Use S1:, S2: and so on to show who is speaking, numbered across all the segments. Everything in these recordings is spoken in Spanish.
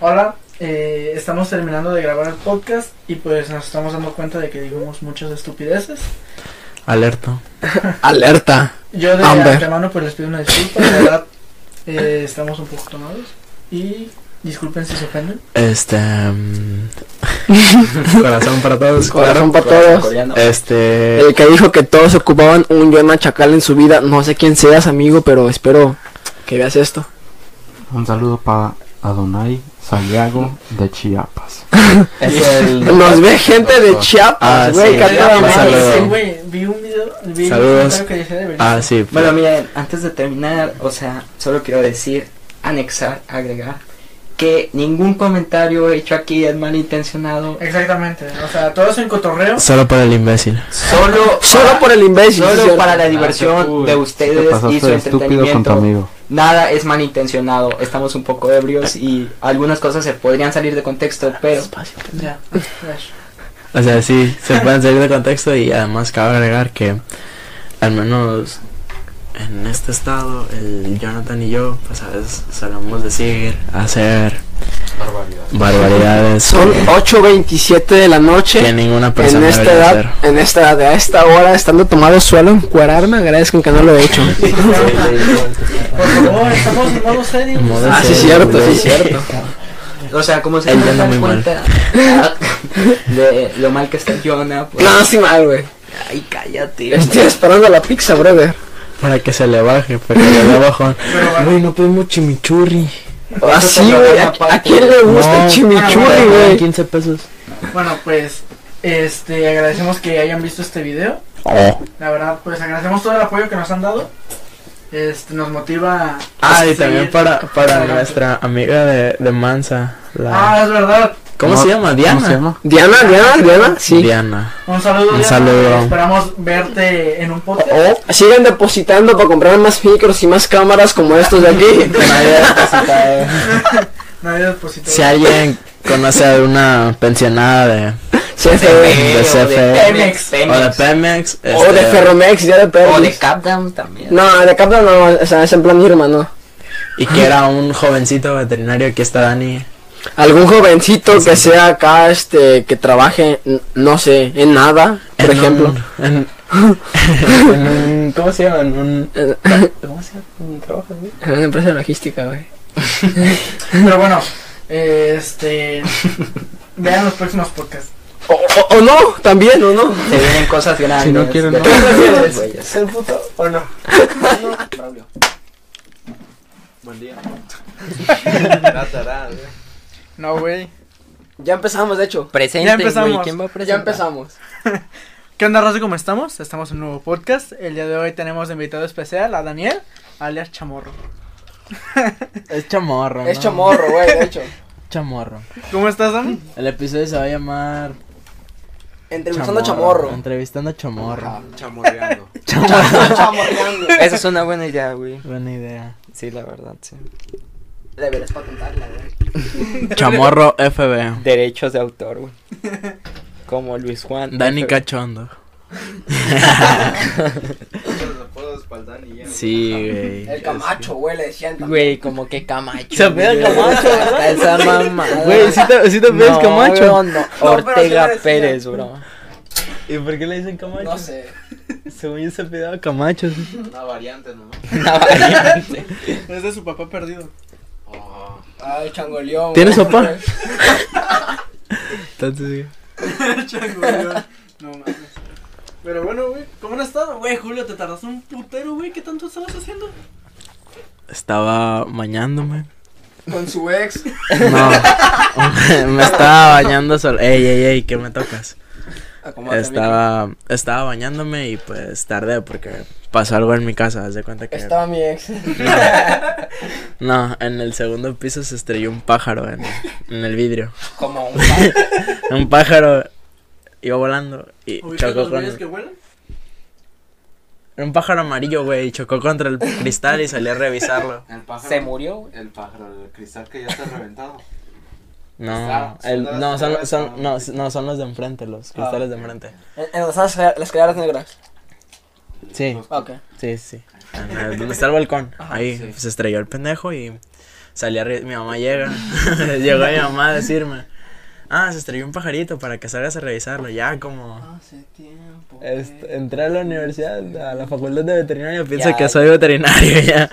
S1: Hola, eh, estamos terminando de grabar el podcast y pues nos estamos dando cuenta de que dijimos muchas estupideces.
S2: Alerta. Alerta.
S1: Yo de
S2: Amber.
S1: antemano pues les pido una disculpa, la verdad eh, estamos un poco tomados y disculpen si se ofenden.
S2: Este. mm,
S3: Corazón para todos.
S2: Corazón para
S4: Corazón
S2: todos.
S4: coreano.
S2: Este.
S3: El Eh, que dijo que todos ocupaban un Jonah Chacal en su vida. No sé quién seas, amigo, pero espero que veas esto.
S5: Un saludo para Adonai Santiago de Chiapas.
S4: Es el.
S3: Nos ve gente de
S5: Ah,
S3: Chiapas, güey,
S2: sí.
S3: que a toda
S1: Ah,
S2: un
S3: madre.
S2: saludo.
S1: sí, güey, vi un video, vi un
S2: Saludos.
S1: comentario que decía de Belinda.
S2: Ah, sí.
S4: Bueno, miren, antes de terminar, o sea, solo quiero decir, anexar, agregar, que ningún comentario hecho aquí es malintencionado.
S1: Exactamente, o sea, todo es en cotorreo.
S2: Solo para el imbécil.
S4: Solo,
S3: Solo
S4: para,
S3: por el imbécil.
S4: solo
S3: sí, cierto.
S4: para la
S5: Ah, qué
S4: diversión
S5: cool.
S4: de
S5: Te
S4: ustedes y
S5: pasaste
S4: su
S5: de estúpido con tu
S4: entretenimiento.
S5: amigo.
S4: Nada es malintencionado. Estamos un poco ebrios y algunas cosas se podrían salir de contexto, pero
S1: Ya, fresh.
S2: O sea, sí, se pueden salir de contexto y además cabe agregar que al menos en este estado, el Jonathan y yo, pues a veces solemos decir, hacer barbaridades
S3: Son 8.27 de la
S2: que
S3: noche.
S2: ninguna
S3: En
S2: persona
S3: esta
S2: debería
S3: edad, en esta edad, a esta hora, estando tomado suelo, encuerarme, agradezcan que no lo he hecho.
S1: Por favor, estamos en modo serio.
S2: En modo
S3: Ah, sí,
S2: serio,
S3: cierto,
S2: güey.
S3: sí, cierto.
S4: o sea, como se
S2: Él
S4: pueden
S2: anda
S4: dar
S2: muy mal.
S4: cuenta de lo mal que está Jonah, pues,
S3: Lástima, güey.
S4: ay, cállate.
S3: Estoy esperando la pizza, brother.
S2: Para que se le baje, para que le dé bajón.
S1: Pero bueno,
S2: Güey, no pedimos chimichurri.
S3: Así, Ah, güey. ¿A, a quién le gusta el
S2: No.
S3: chimichurri,
S1: Ah,
S3: güey?
S2: 15 pesos.
S1: Bueno, pues este agradecemos que hayan visto este video.
S2: Oh.
S1: La verdad, pues agradecemos todo el apoyo que nos han dado. Este nos motiva a
S2: Ah, y
S1: seguir.
S2: también para, para
S1: adelante.
S2: nuestra amiga de, de Mansa. La...
S1: Ah, es verdad.
S2: ¿Cómo
S5: No,
S2: se llama? Diana.
S5: ¿Cómo se llama?
S3: Diana, Diana, Diana, sí.
S2: Diana.
S1: Un saludo.
S2: Un
S1: Diana.
S2: saludo. Oh.
S1: Esperamos verte en un podcast.
S3: O sigan depositando para comprar más micros y más cámaras como estos de aquí.
S2: eh.
S1: Nadie depositó.
S2: Si alguien conoce a una pensionada de,
S3: Sí,
S2: de
S3: este,
S2: CFE
S1: Pemex.
S2: o de Pemex,
S3: o de
S2: este,
S3: Ferromex, ya de
S4: E. O de
S3: perros.
S4: Capdown también.
S3: No, de Capta no, o sea, es en plan Irma, ¿no?
S2: y que era un jovencito veterinario, aquí está Dani.
S3: Algún jovencito que sea acá, este, que trabaje, n- no sé, en nada, por
S2: En
S3: ejemplo.
S2: un- en- en un- ¿Cómo se llama? En un-
S3: En
S2: ¿Cómo se llama? ¿Un trabajo, güey?
S3: en una empresa de logística, güey.
S1: Pero bueno, este vean los próximos podcasts.
S3: O, o- o no, también, o no.
S4: Se vienen cosas grandes.
S5: Si no quieren,
S4: de-
S5: no.
S4: de- de- de-
S1: ¿Ser puto o no?
S5: Buen día.
S1: No, güey.
S3: Ya empezamos, de hecho.
S4: Presente,
S1: Ya
S4: güey,
S1: empezamos.
S4: ¿quién va a
S3: Ya
S4: presentar?
S3: empezamos.
S1: ¿Qué onda, Rosy? ¿Cómo estamos? Estamos en un nuevo podcast. El día de hoy tenemos de invitado especial a Daniel, alias Chamorro.
S2: Es chamorro.
S3: Es
S2: ¿no?
S3: chamorro, güey, de hecho.
S2: Chamorro.
S1: ¿Cómo estás, Dani?
S2: El episodio se va a llamar
S3: Entrevistando chamorro.
S2: Entrevistando a chamorro.
S5: Chamorreando.
S3: Chamorreando.
S4: Esa es una buena idea, güey.
S2: Buena idea.
S4: Sí, la verdad, sí.
S3: Deberías patentarla, güey.
S2: Chamorro FB.
S4: Derechos de autor, güey. Como Luis Juan.
S2: Dani
S4: F-
S2: Cachondo. sí, güey.
S3: El Camacho, güey, le decían.
S4: Güey, como que Camacho.
S2: Se apellida
S4: güey.
S2: Camacho,
S4: Hasta Esa mamá.
S2: Güey, si te, sí te pides
S4: No,
S2: Camacho.
S4: bro, no.
S3: pero sí
S4: Ortega
S3: le decía.
S4: Pérez, bro.
S2: ¿Y por qué le dicen Camacho?
S3: No sé.
S2: Según yo se pidaba Camacho.
S4: Una variante.
S1: Es de su papá perdido.
S3: Ay, changoleón.
S2: ¿Tienes
S3: güey.
S2: papá? Entonces,
S1: No mames. Pero bueno, güey, ¿cómo has estado? Güey, Julio, te tardaste un putero, güey. ¿Qué tanto estabas haciendo?
S2: estaba bañándome.
S3: Con su ex.
S2: No. me estaba bañando solo. Ey, ey, ey, ¿qué me tocas?
S3: Acomódate,
S2: Estaba, estaba bañándome y pues tardé porque pasó algo en mi casa. Haz de cuenta que.
S3: Estaba mi ex.
S2: No, en el segundo piso se estrelló un pájaro en, en el vidrio.
S4: Como un
S2: Un pájaro iba volando y
S1: ¿Ubicas
S2: chocó
S1: los
S2: con.
S1: güeyes que vuelan?
S2: Era un pájaro amarillo, güey, y chocó contra el cristal y salí a revisarlo.
S6: El pájaro.
S4: Se murió, güey.
S6: El pájaro, el cristal que ya está reventado.
S2: No,
S6: Ah, son
S2: el-
S6: las
S2: no, son,
S6: escaleras,
S2: son-
S6: ¿no?
S2: no, s- no, son los de enfrente, los
S6: Ah,
S2: cristales de enfrente.
S3: En, en las, las escaleras negras.
S2: Sí,
S3: Ok.
S2: sí, sí. En el- Donde está el balcón. Ahí
S6: sí.
S2: se estrelló el pendejo y Salí arriba, mi mamá llega, llegó mi mamá a decirme, ah, se estrelló un pajarito para que salgas a revisarlo, ya como...
S6: Ah,
S1: Hace tiempo.
S4: Eh,
S2: Est-
S1: que-
S2: entré a la universidad, a la facultad de veterinaria, piensa
S4: Ya.
S2: que soy veterinario ya.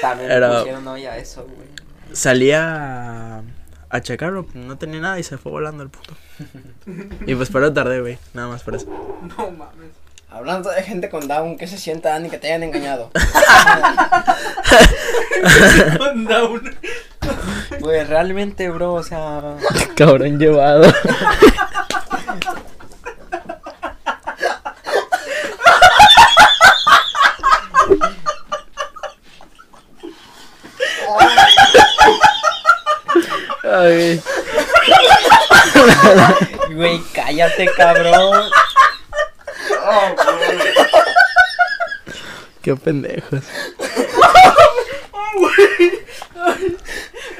S4: También
S2: Era-
S4: me pusieron hoy a eso, güey.
S2: Salí a, a checarlo, no tenía nada y se fue volando el puto. Y pues pero tardé, güey, nada más por eso.
S1: No mames.
S3: Hablando de gente con Down, ¿qué se sienta, Dani, que te hayan engañado?
S1: Con Down.
S4: Güey, realmente, bro, o sea.
S2: Cabrón llevado. Ay,
S4: Güey, cállate, cabrón.
S2: qué pendejos.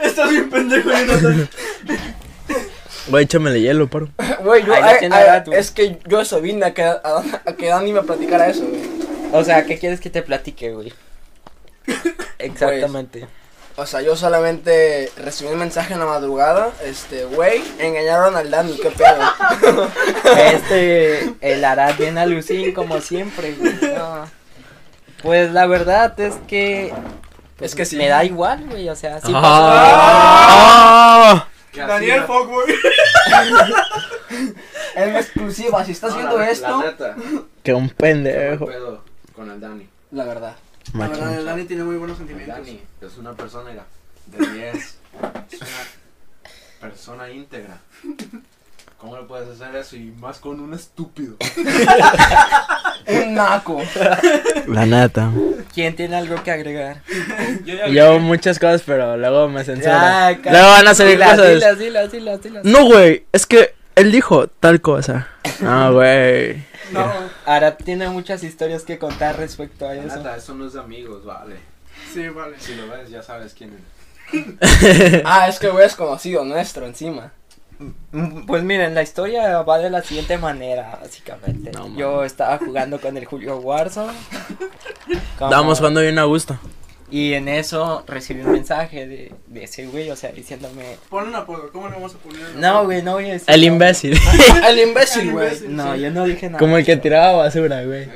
S1: Estás bien pendejo, Jonathan.
S2: Güey, échamele hielo, paro.
S3: Güey, yo.
S4: Ahí lo
S3: ay,
S4: tiene
S3: ay,
S4: Gato.
S3: es que yo eso vine a que, a, a que Dani me platicara eso, güey.
S4: O sea, ¿qué quieres que te platique, güey?
S3: Pues,
S4: Exactamente.
S3: O sea, yo solamente recibí un mensaje en la madrugada. Este, güey, engañaron al Dani, qué pedo.
S4: Este, el Arad bien alucín, como siempre, güey. no. Pues la verdad es que. pues,
S3: Es que sí.
S4: Me da igual, güey, o sea, sí
S2: Ah.
S1: Daniel Fogboy.
S3: En exclusiva, si estás viendo esto,
S6: La neta.
S2: Que un
S6: ¿Qué
S2: pendejo.
S6: pedo con el Dani?
S3: la verdad.
S1: Ah, La verdad,
S2: Machín.
S1: el Dani tiene muy buenos
S6: El
S1: sentimientos.
S6: Dani
S3: pues.
S6: es una persona mira, de 10. Es una persona íntegra. ¿Cómo le puedes hacer eso y más con un estúpido?
S3: Un naco.
S2: La neta.
S4: ¿Quién tiene algo que agregar?
S2: Yo muchas cosas, pero luego me
S4: Ya,
S2: censuran.
S4: cállate.
S2: Luego van a salir
S4: Dilas,
S2: cosas.
S4: dilas, dilas, dilas, dilas.
S2: No, güey, es que él dijo tal cosa. Ah, güey.
S1: No,
S4: Arad tiene muchas historias que contar respecto a
S6: La
S4: eso.
S6: neta, eso no es de amigos, vale.
S1: sí, vale.
S6: Si lo ves, ya sabes quién es.
S3: Ah, es que güey es conocido nuestro encima.
S4: Mm, Pues miren, la historia va de la siguiente manera, básicamente.
S2: No, man.
S4: Yo estaba jugando con el Julio Warzone. como-
S2: Estábamos jugando bien a gusto.
S4: Y en eso recibí un mensaje de, de ese güey, o sea, diciéndome...
S1: Pon un apodo. ¿Cómo le vamos a poner? el
S4: No,
S1: apodo?
S4: güey, no voy a decir...
S2: El imbécil.
S3: El imbécil,
S1: El
S3: güey.
S1: imbécil.
S4: No, yo no dije nada.
S2: Como el que tiraba basura, güey.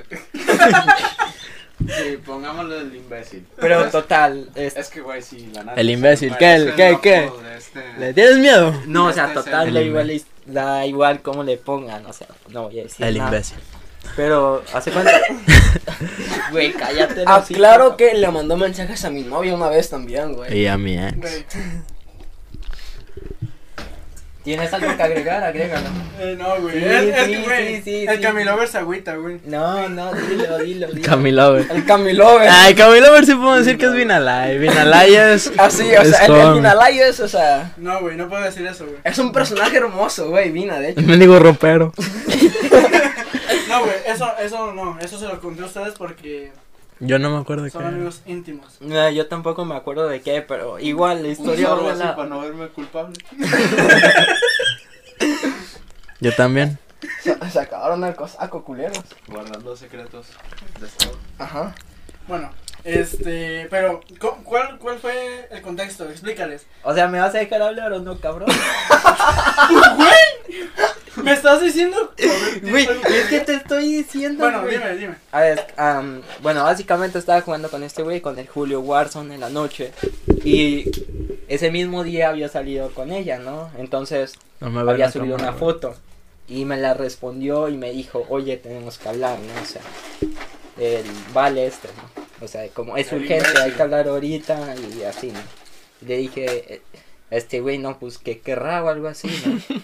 S6: Sí, pongámosle el imbécil.
S4: Pero
S6: es,
S4: total, es-
S6: es que, güey, sí, la neta.
S2: El
S6: sí,
S2: imbécil,
S6: me
S2: ¿qué,
S6: parece
S2: qué,
S6: el
S2: qué?
S6: apodo de este-
S2: ¿Le tienes miedo?
S4: No, o sea,
S6: Este es
S4: total,
S6: el
S4: da
S2: anime.
S4: igual, is- da igual cómo le pongan, o sea, no voy a decir
S2: El
S4: nada.
S2: imbécil.
S4: Pero, ¿hace cuánto? Güey, cállate. el hocico.
S3: Aclaro Ah, que le mandó mensajes a mi novia una vez también, güey.
S2: Y a mi ex.
S1: Güey,
S4: ¿Tienes algo que agregar? Agrégalo.
S1: eh, no, güey.
S4: Sí,
S1: es, es
S4: sí,
S1: que, güey,
S4: sí, sí,
S1: el
S4: sí.
S1: Camilo Versagüita, güey.
S4: No, no, dilo, dilo, dilo.
S2: Camilo, güey.
S3: El Camilo, güey.
S2: Ay, Camilo, a ver si puedo decir que es Vinalay. Vinalay es.
S3: Así, o
S2: es
S3: sea, el, el
S2: con-
S3: Vinalay es, o sea,
S1: No, güey, no puedo decir eso, güey.
S3: es un personaje hermoso, güey, Vina, de hecho.
S2: El mendigo ropero.
S1: No, güey, eso, eso no. Eso se lo conté a ustedes porque
S2: Yo no me acuerdo
S1: son
S2: qué.
S1: amigos íntimos.
S4: No, yo tampoco me acuerdo de qué, pero igual la
S6: Un
S4: historia
S6: sorbo
S4: va de
S6: así
S4: la-
S6: para no verme culpable.
S2: Yo también.
S3: Se, se acabaron el cosaco, culeros.
S6: Guardando secretos de Estado.
S3: Ajá.
S1: Bueno, este. Pero, ¿cu- ¿cuál, ¿cuál fue el contexto? Explícales.
S4: O sea, ¿me vas a dejar hablar o no, cabrón?
S1: ¿Me estás diciendo?
S4: Güey, es que te estoy diciendo.
S1: Bueno,
S4: güey.
S1: dime, dime.
S4: A ver, am, bueno, básicamente estaba jugando con este güey, con el Julio Warzone en la noche. Y ese mismo día había salido con ella, ¿no? Entonces
S2: No me
S4: había
S2: la
S4: subido
S2: cámara,
S4: una
S2: güey.
S4: foto. Y me la respondió y me dijo, oye, tenemos que hablar, ¿no? O sea, el vale este, ¿no? O sea, como es
S6: El
S4: urgente,
S6: imbécil.
S4: hay que hablar ahorita y así, ¿no? Y le dije, "Eh, este güey, no, pues que querrá o algo así, ¿no?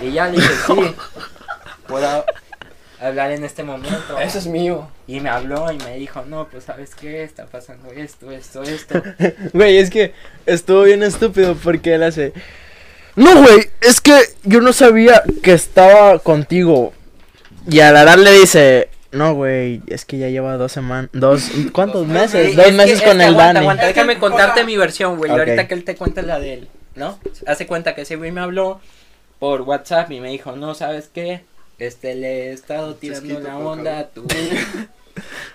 S4: y ya le dije, sí, puedo hablar en este momento.
S3: Eso es mío.
S4: Y me habló y me dijo, no, pues sabes qué, está pasando esto, esto, esto.
S2: Güey, es que estuvo bien estúpido porque él hace. No, güey, es que yo no sabía que estaba contigo. Y al Arar le dice. No, güey, es que ya lleva dos semanas. Dos, ¿Cuántos meses?
S4: Sí,
S2: Dos
S4: es
S2: meses
S4: que- es
S2: con
S4: que
S2: el
S4: aguanta,
S2: Dani.
S4: aguanta,
S1: Es que,
S4: déjame
S1: o
S4: contarte
S1: sea-
S4: mi versión, güey. y
S2: Ok.
S4: Ahorita que él te cuente la de él, ¿no? Hace cuenta que ese güey me habló por WhatsApp y me dijo, no, ¿sabes qué? Este, le he estado tirando
S6: Chasquito,
S4: la
S6: por
S4: onda a tu,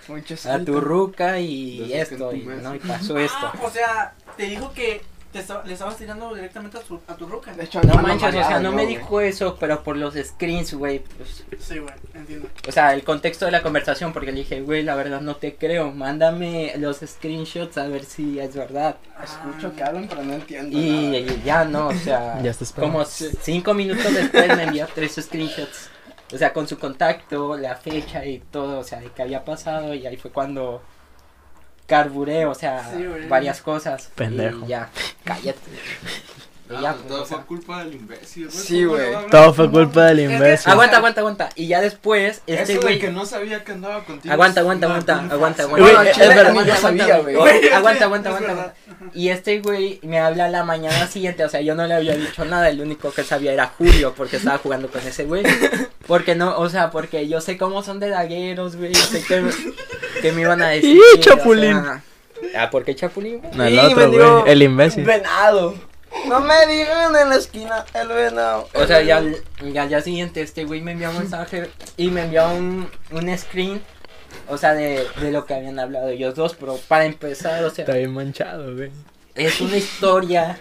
S3: Muchos.
S6: Ah,
S4: a tu ruca y
S6: Desde que
S4: esto,
S6: tú
S4: y
S6: me
S4: no, y pasó esto.
S1: Ah, o sea, te dijo que te estaba- le estabas tirando directamente a tu, a tu roca.
S3: De hecho,
S4: No
S3: ando
S4: manches, o sea,
S3: mareado
S4: no
S3: yo,
S4: me
S3: güey.
S4: dijo eso, pero por los screens, güey. pues,
S1: Sí, güey, entiendo.
S4: o sea, el contexto de la conversación, porque le dije, güey, la verdad no te creo, mándame los screenshots a ver si es verdad.
S1: Ah,
S3: Escucho que hablan, pero no entiendo.
S4: Y,
S3: nada.
S4: y ya no, o sea,
S2: Ya está esperando.
S4: como c- cinco minutos después me envió tres screenshots. O sea, con su contacto, la fecha y todo, o sea, de que había pasado y ahí fue cuando carburé, o sea,
S1: Sí, güey.
S4: varias cosas.
S2: Pendejo.
S4: Y ya, cállate. Y
S6: Ah,
S4: ya,
S6: pues,
S4: pues,
S6: todo
S4: o sea.
S6: fue culpa del imbécil. güey,
S3: Sí,
S6: ¿cómo
S3: güey.
S6: no va a
S2: Todo
S6: hablar?
S2: fue culpa del imbécil.
S4: Aguanta, aguanta, aguanta. Y ya después, este
S6: Eso de
S4: güey.
S6: que no sabía que andaba contigo.
S4: Aguanta,
S6: es
S4: aguanta,
S6: una
S4: aguanta,
S6: culpa.
S4: aguanta,
S3: No,
S4: aguanta.
S2: Güey,
S3: al
S2: es
S3: chile
S2: verdad,
S3: también yo
S4: aguanta,
S3: sabía,
S4: aguanta.
S3: güey.
S1: Güey, es
S4: Aguanta,
S1: que-
S4: aguanta,
S1: es
S4: aguanta,
S1: verdad.
S4: Y este güey me habla la mañana siguiente, o sea, yo no le había dicho nada, el único que sabía era Julio, porque estaba jugando con ese güey. Porque no, o sea, porque yo sé cómo son de dagueros, güey, sé que, que me iban a decir.
S2: Y
S4: o
S2: Chapulín.
S4: sea, ah, ¿por qué Chapulín? güey?
S2: No, el
S3: Sí,
S2: otro,
S3: mendigo.
S2: güey. El imbécil.
S3: Venado. No me digan en la esquina el venado.
S4: O sea, ya, al- ya al día siguiente este güey me envió un mensaje y me envió un, un screen, o sea, de, de lo que habían hablado ellos dos, pero para empezar, o sea,
S2: Está bien manchado, güey.
S4: es una historia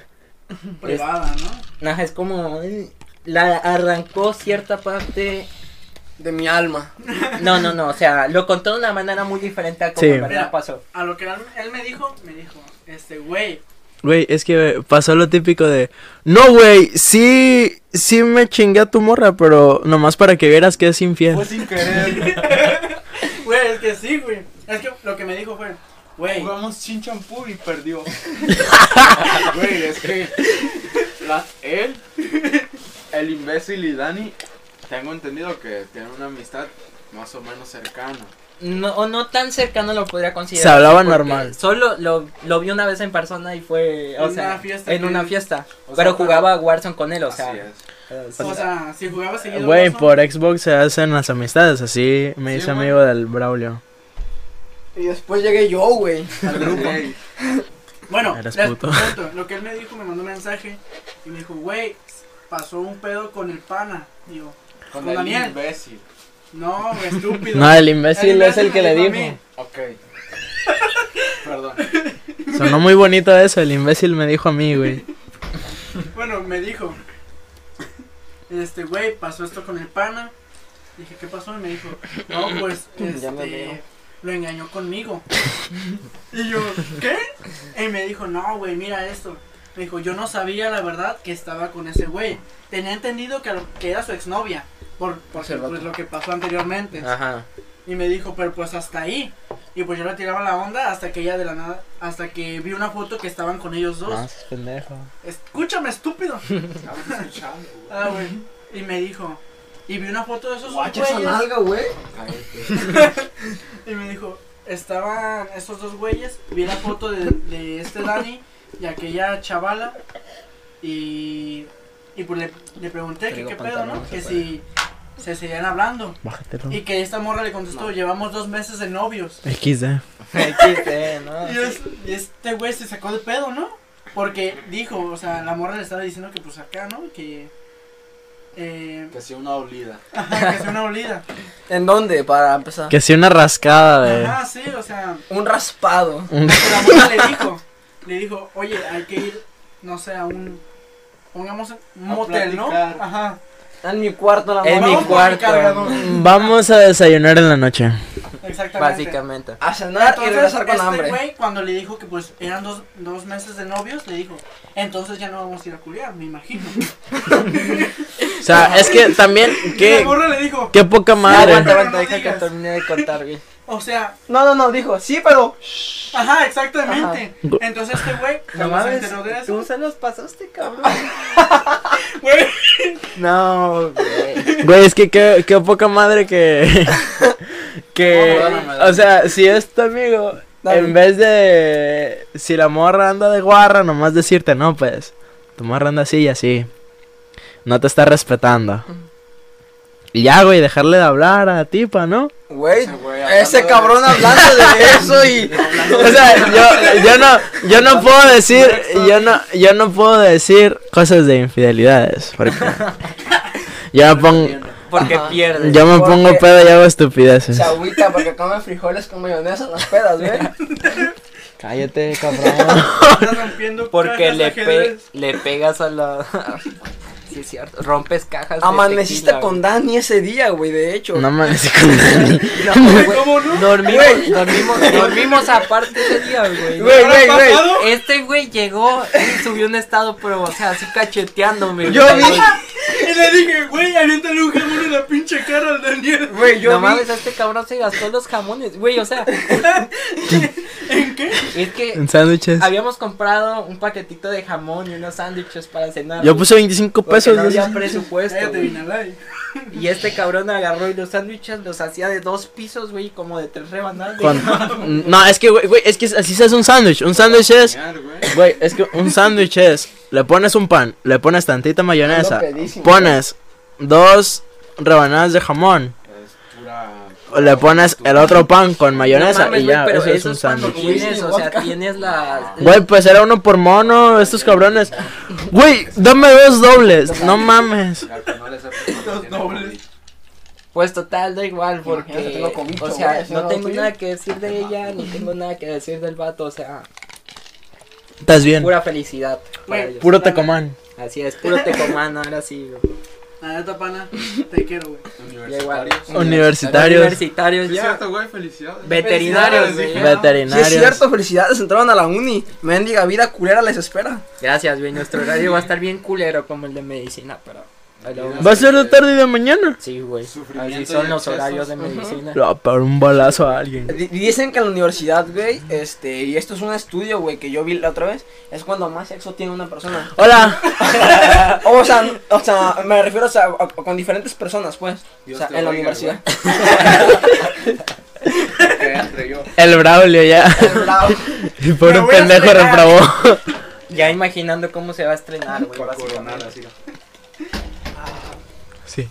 S3: Pues
S1: Privada, ¿no?
S4: Ajá, es como. eh, La arrancó cierta parte.
S3: De mi alma.
S4: No, no, no. O sea, lo contó de una manera muy diferente a como
S2: Sí.
S4: en verdad
S1: Mira.
S4: pasó.
S1: A lo que él, él me dijo, me dijo, este, güey,
S2: Güey, es que pasó lo típico de. No, güey, sí. Sí me chingué a tu morra, pero nomás para que vieras que es infiel.
S6: Fue
S4: Pues,
S6: sin querer.
S1: güey, es que sí, güey. Es que lo que me dijo fue, güey,
S6: Jugamos sin champú y perdió. Güey, es que. la- él, el imbécil y Dani, tengo entendido que tienen una amistad más o menos cercana.
S4: No, o no tan cercano lo podría considerar.
S2: Se hablaba
S4: porque
S2: normal.
S4: Solo lo, lo vi una vez en persona y fue. O
S1: En
S4: sea,
S1: una fiesta
S4: en
S1: que-
S4: una fiesta.
S6: O sea,
S4: pero
S6: para-
S4: jugaba a Warzone con él, o sea.
S6: Así es.
S4: eh,
S1: o sea, si jugabas seguido.
S2: Güey,
S1: Warzone,
S2: por Xbox se hacen las amistades, así me
S6: Sí,
S2: hice
S6: güey.
S2: amigo del Braulio.
S3: Y después llegué yo, güey.
S6: Al grupo.
S1: Bueno,
S2: Eres
S1: les
S2: puto.
S1: cuento, lo que él me dijo, me mandó un mensaje y me dijo, güey, pasó un pedo con el pana. Digo,
S6: Con,
S1: Con
S6: el
S1: Daniel.
S6: imbécil.
S1: no, güey, estúpido.
S2: No, el imbécil es el
S1: me
S2: que le
S1: a mí.
S2: dijo.
S6: Ok. Perdón.
S2: Sonó muy bonito eso, el imbécil me dijo a mí, güey.
S1: Bueno, me dijo, este, güey, pasó esto con el pana. Dije, ¿qué pasó? Y me dijo, no, pues,
S4: Ya me
S1: este,
S4: veo.
S1: lo engañó conmigo. y yo, ¿qué? Y me dijo, no, güey, mira esto. Me dijo, yo no sabía la verdad que estaba con ese güey. Tenía entendido que, que era su exnovia. Por, por
S3: Ese vato. Ah.
S1: pues, lo que pasó anteriormente.
S4: Ajá.
S1: Y me dijo, pero pues hasta ahí. Y pues yo le tiraba la onda hasta que ella de la nada, hasta que vi una foto que estaban con ellos dos.
S3: Ah,
S2: Más pendejo.
S1: Escúchame, estúpido.
S6: Estamos escuchando, güey.
S1: Ah, güey. Y me dijo, y vi una foto de esos
S3: Guacha
S1: dos
S3: esa
S1: güeyes.
S3: nalga, güey.
S6: Cállate.
S1: Y me dijo, estaban esos dos güeyes, vi la foto de, de este Dani y aquella chavala. Y, y pues le, le pregunté que
S4: Traigo
S1: qué pedo,
S4: pantalón,
S1: ¿no?
S4: se
S1: Que
S4: puede.
S1: si se seguían hablando.
S2: Bájatelo.
S1: Y que esta morra le contestó, llevamos dos meses de novios.
S2: XD.
S4: XD,
S3: Ah,
S4: ¿no?
S1: Y, es- y este güey se sacó de pedo, ¿no? Porque dijo, o sea, la morra le estaba diciendo que pues acá, ¿no? Que... Eh,
S6: Que sea una olida.
S1: ajá, que sea una olida.
S3: ¿En dónde? Para empezar.
S2: Que sí, una rascada
S3: Eh.
S2: de.
S1: Ajá, sí, o sea...
S3: Un raspado.
S2: un-
S1: porque la morra le dijo, le dijo, oye, hay que ir, no sé, a un... Pongamos un
S6: A
S1: motel, ¿no?
S6: platicar.
S1: Ajá.
S3: En mi cuarto la
S4: En
S3: mamá.
S4: mi
S1: Vamos por
S4: cuarto.
S1: cargador.
S2: Vamos a desayunar en la noche.
S1: Exactamente.
S4: Básicamente. Ah,
S3: A cenar y regresar con
S1: este
S3: hambre.
S1: güey, cuando le dijo que pues eran dos, dos meses de novios, le dijo, entonces ya no vamos a ir a culiar, me imagino.
S2: O sea, es que también,
S1: Y la
S2: qué,
S1: morra le dijo,
S2: qué poca
S4: Aguanta,
S2: madre.
S4: aguanta,
S1: No
S4: deja que
S1: digas.
S4: termine de contar, güey.
S1: o sea,
S3: No, no, no, dijo, sí, pero.
S1: Ajá, exactamente. Entonces este güey
S4: No
S1: cuando se
S4: mames,
S1: enteró de
S4: tú
S1: eso.
S4: se los pasaste, cabrón.
S1: Güey,
S4: No, güey.
S2: Güey, es que qué, qué poca madre que. que. O sea, si es tu amigo,
S3: Dale.
S2: en vez de. Si la morra anda de guarra, nomás decirte, no, pues. Tu morra anda así y así. No te está respetando. Y ya, güey, dejarle de hablar a la tipa, ¿no?
S3: Güey,
S6: Ese güey
S3: ese
S6: hablando
S3: cabrón hablando de eso y.
S2: O sea, yo, yo no, yo no puedo decir, yo no, yo no puedo decir cosas de infidelidades, porque yo no pongo,
S4: porque
S3: Ajá.
S4: pierde.
S2: Yo me
S3: Porque-
S2: pongo pedo y hago
S3: Se
S2: estupideces.
S3: agüita porque come frijoles con mayonesa en las pedas, ¿ves?
S2: Cállate, cabrón.
S1: Estás rompiendo
S4: Porque
S1: cajas de
S4: le, pe-
S1: ajedrez.
S4: le pegas a la. sí, es cierto. Rompes cajas. de
S3: Amaneciste
S4: tequila,
S3: con Dani ese día, güey, de hecho.
S2: No amanecí con Dani.
S1: Güey, ¿Cómo no?
S4: güey. Dormimos, dormimos, dormimos aparte ese día, güey.
S3: Güey, güey, güey.
S1: ¿Pasado?
S4: Este güey llegó y subió un estado, pero, o sea, así cacheteándome.
S3: Yo
S4: güey.
S3: vi-
S1: Y le dije, güey, aviéntale un jamón en la pinche cara al Daniel.
S3: Güey, yo
S4: no
S3: vi-
S4: mames, este cabrón se gastó los jamones, güey, o sea,
S1: ¿En qué?
S4: es que
S2: En sándwiches.
S4: habíamos comprado un paquetito de jamón y unos sándwiches para cenar.
S2: Yo puse 25
S4: porque
S2: pesos.
S4: no
S2: no sé.
S4: había presupuesto.
S1: Cállate,
S4: güey.
S1: Vinalay.
S4: Y este cabrón agarró y los sándwiches los hacía de dos pisos, güey, como de tres rebanadas.
S2: Con- Mm, No, es que, güey, güey, es que así se hace un sándwich. Un sándwich Ah, es,
S6: Mear, güey.
S2: güey, es que un sándwich es, le pones un pan, le pones tantita mayonesa,
S3: Ando pedísimo.
S2: pones dos rebanadas de jamón,
S6: Es pura.
S2: o le pones el otro pan con
S4: No
S2: mayonesa
S4: mames,
S2: y
S4: güey,
S2: ya,
S4: pero
S2: eso es un
S4: esos cuando
S2: sándwich.
S4: tienes, o sea,
S3: Vodka.
S4: tienes la...
S2: Güey, pues era uno por mono, estos cabrones. Güey, dame dos dobles, no mames.
S6: La que no le sabe cómo
S1: Los
S6: tiene
S1: dobles.
S4: Pues total, da igual,
S3: Imagínate,
S4: porque,
S3: tengo cobicho,
S4: o sea,
S3: güey, si no
S4: no
S3: lo
S4: tengo
S3: tuyo.
S4: nada que decir de ella, ni tengo nada que decir del vato, o sea,
S2: Estás bien.
S4: pura felicidad para
S1: Güey,
S4: ellos.
S2: Puro tacomán.
S4: Así es, puro tecomano, ahora sí, güey.
S1: La neta, pana, te quiero, güey.
S4: Ya igual.
S6: Universitarios.
S2: Universitarios,
S4: Universitarios
S6: Es
S4: ya.
S6: cierto, güey, felicidades.
S4: Veterinarios,
S6: Felicidades,
S4: güey.
S6: dije.
S3: Sí, es
S2: veterinarios.
S3: cierto, felicidades, entraron a la uni. Mendiga vida culera les espera.
S4: Gracias, güey. Nuestro horario va a estar bien culero como el de medicina, pero. pero-
S2: Va a ser de tarde y de mañana.
S4: Sí, güey.
S6: Sufrimiento
S4: Así
S6: y
S4: son los
S6: excesos.
S4: horarios de medicina.
S2: Le va a pegar un balazo a alguien.
S3: Di- Dicen que en la universidad, güey, este, y esto es un estudio, güey, que yo vi la otra vez, es cuando más sexo tiene una persona.
S2: Hola.
S3: o sea, n- o sea, me refiero o sea, a- a- con diferentes personas, pues.
S6: Dios
S3: o sea,
S6: te
S3: en la
S6: oiga,
S3: universidad.
S6: Que entre yo.
S2: El Braulio ya. Y por
S1: Me
S2: un
S1: voy a
S2: pendejo
S1: estrenar.
S2: reprobó.
S4: Ya imaginando cómo se va a estrenar, güey.
S6: Para coronar
S4: básicamente.
S6: así.
S2: Sí.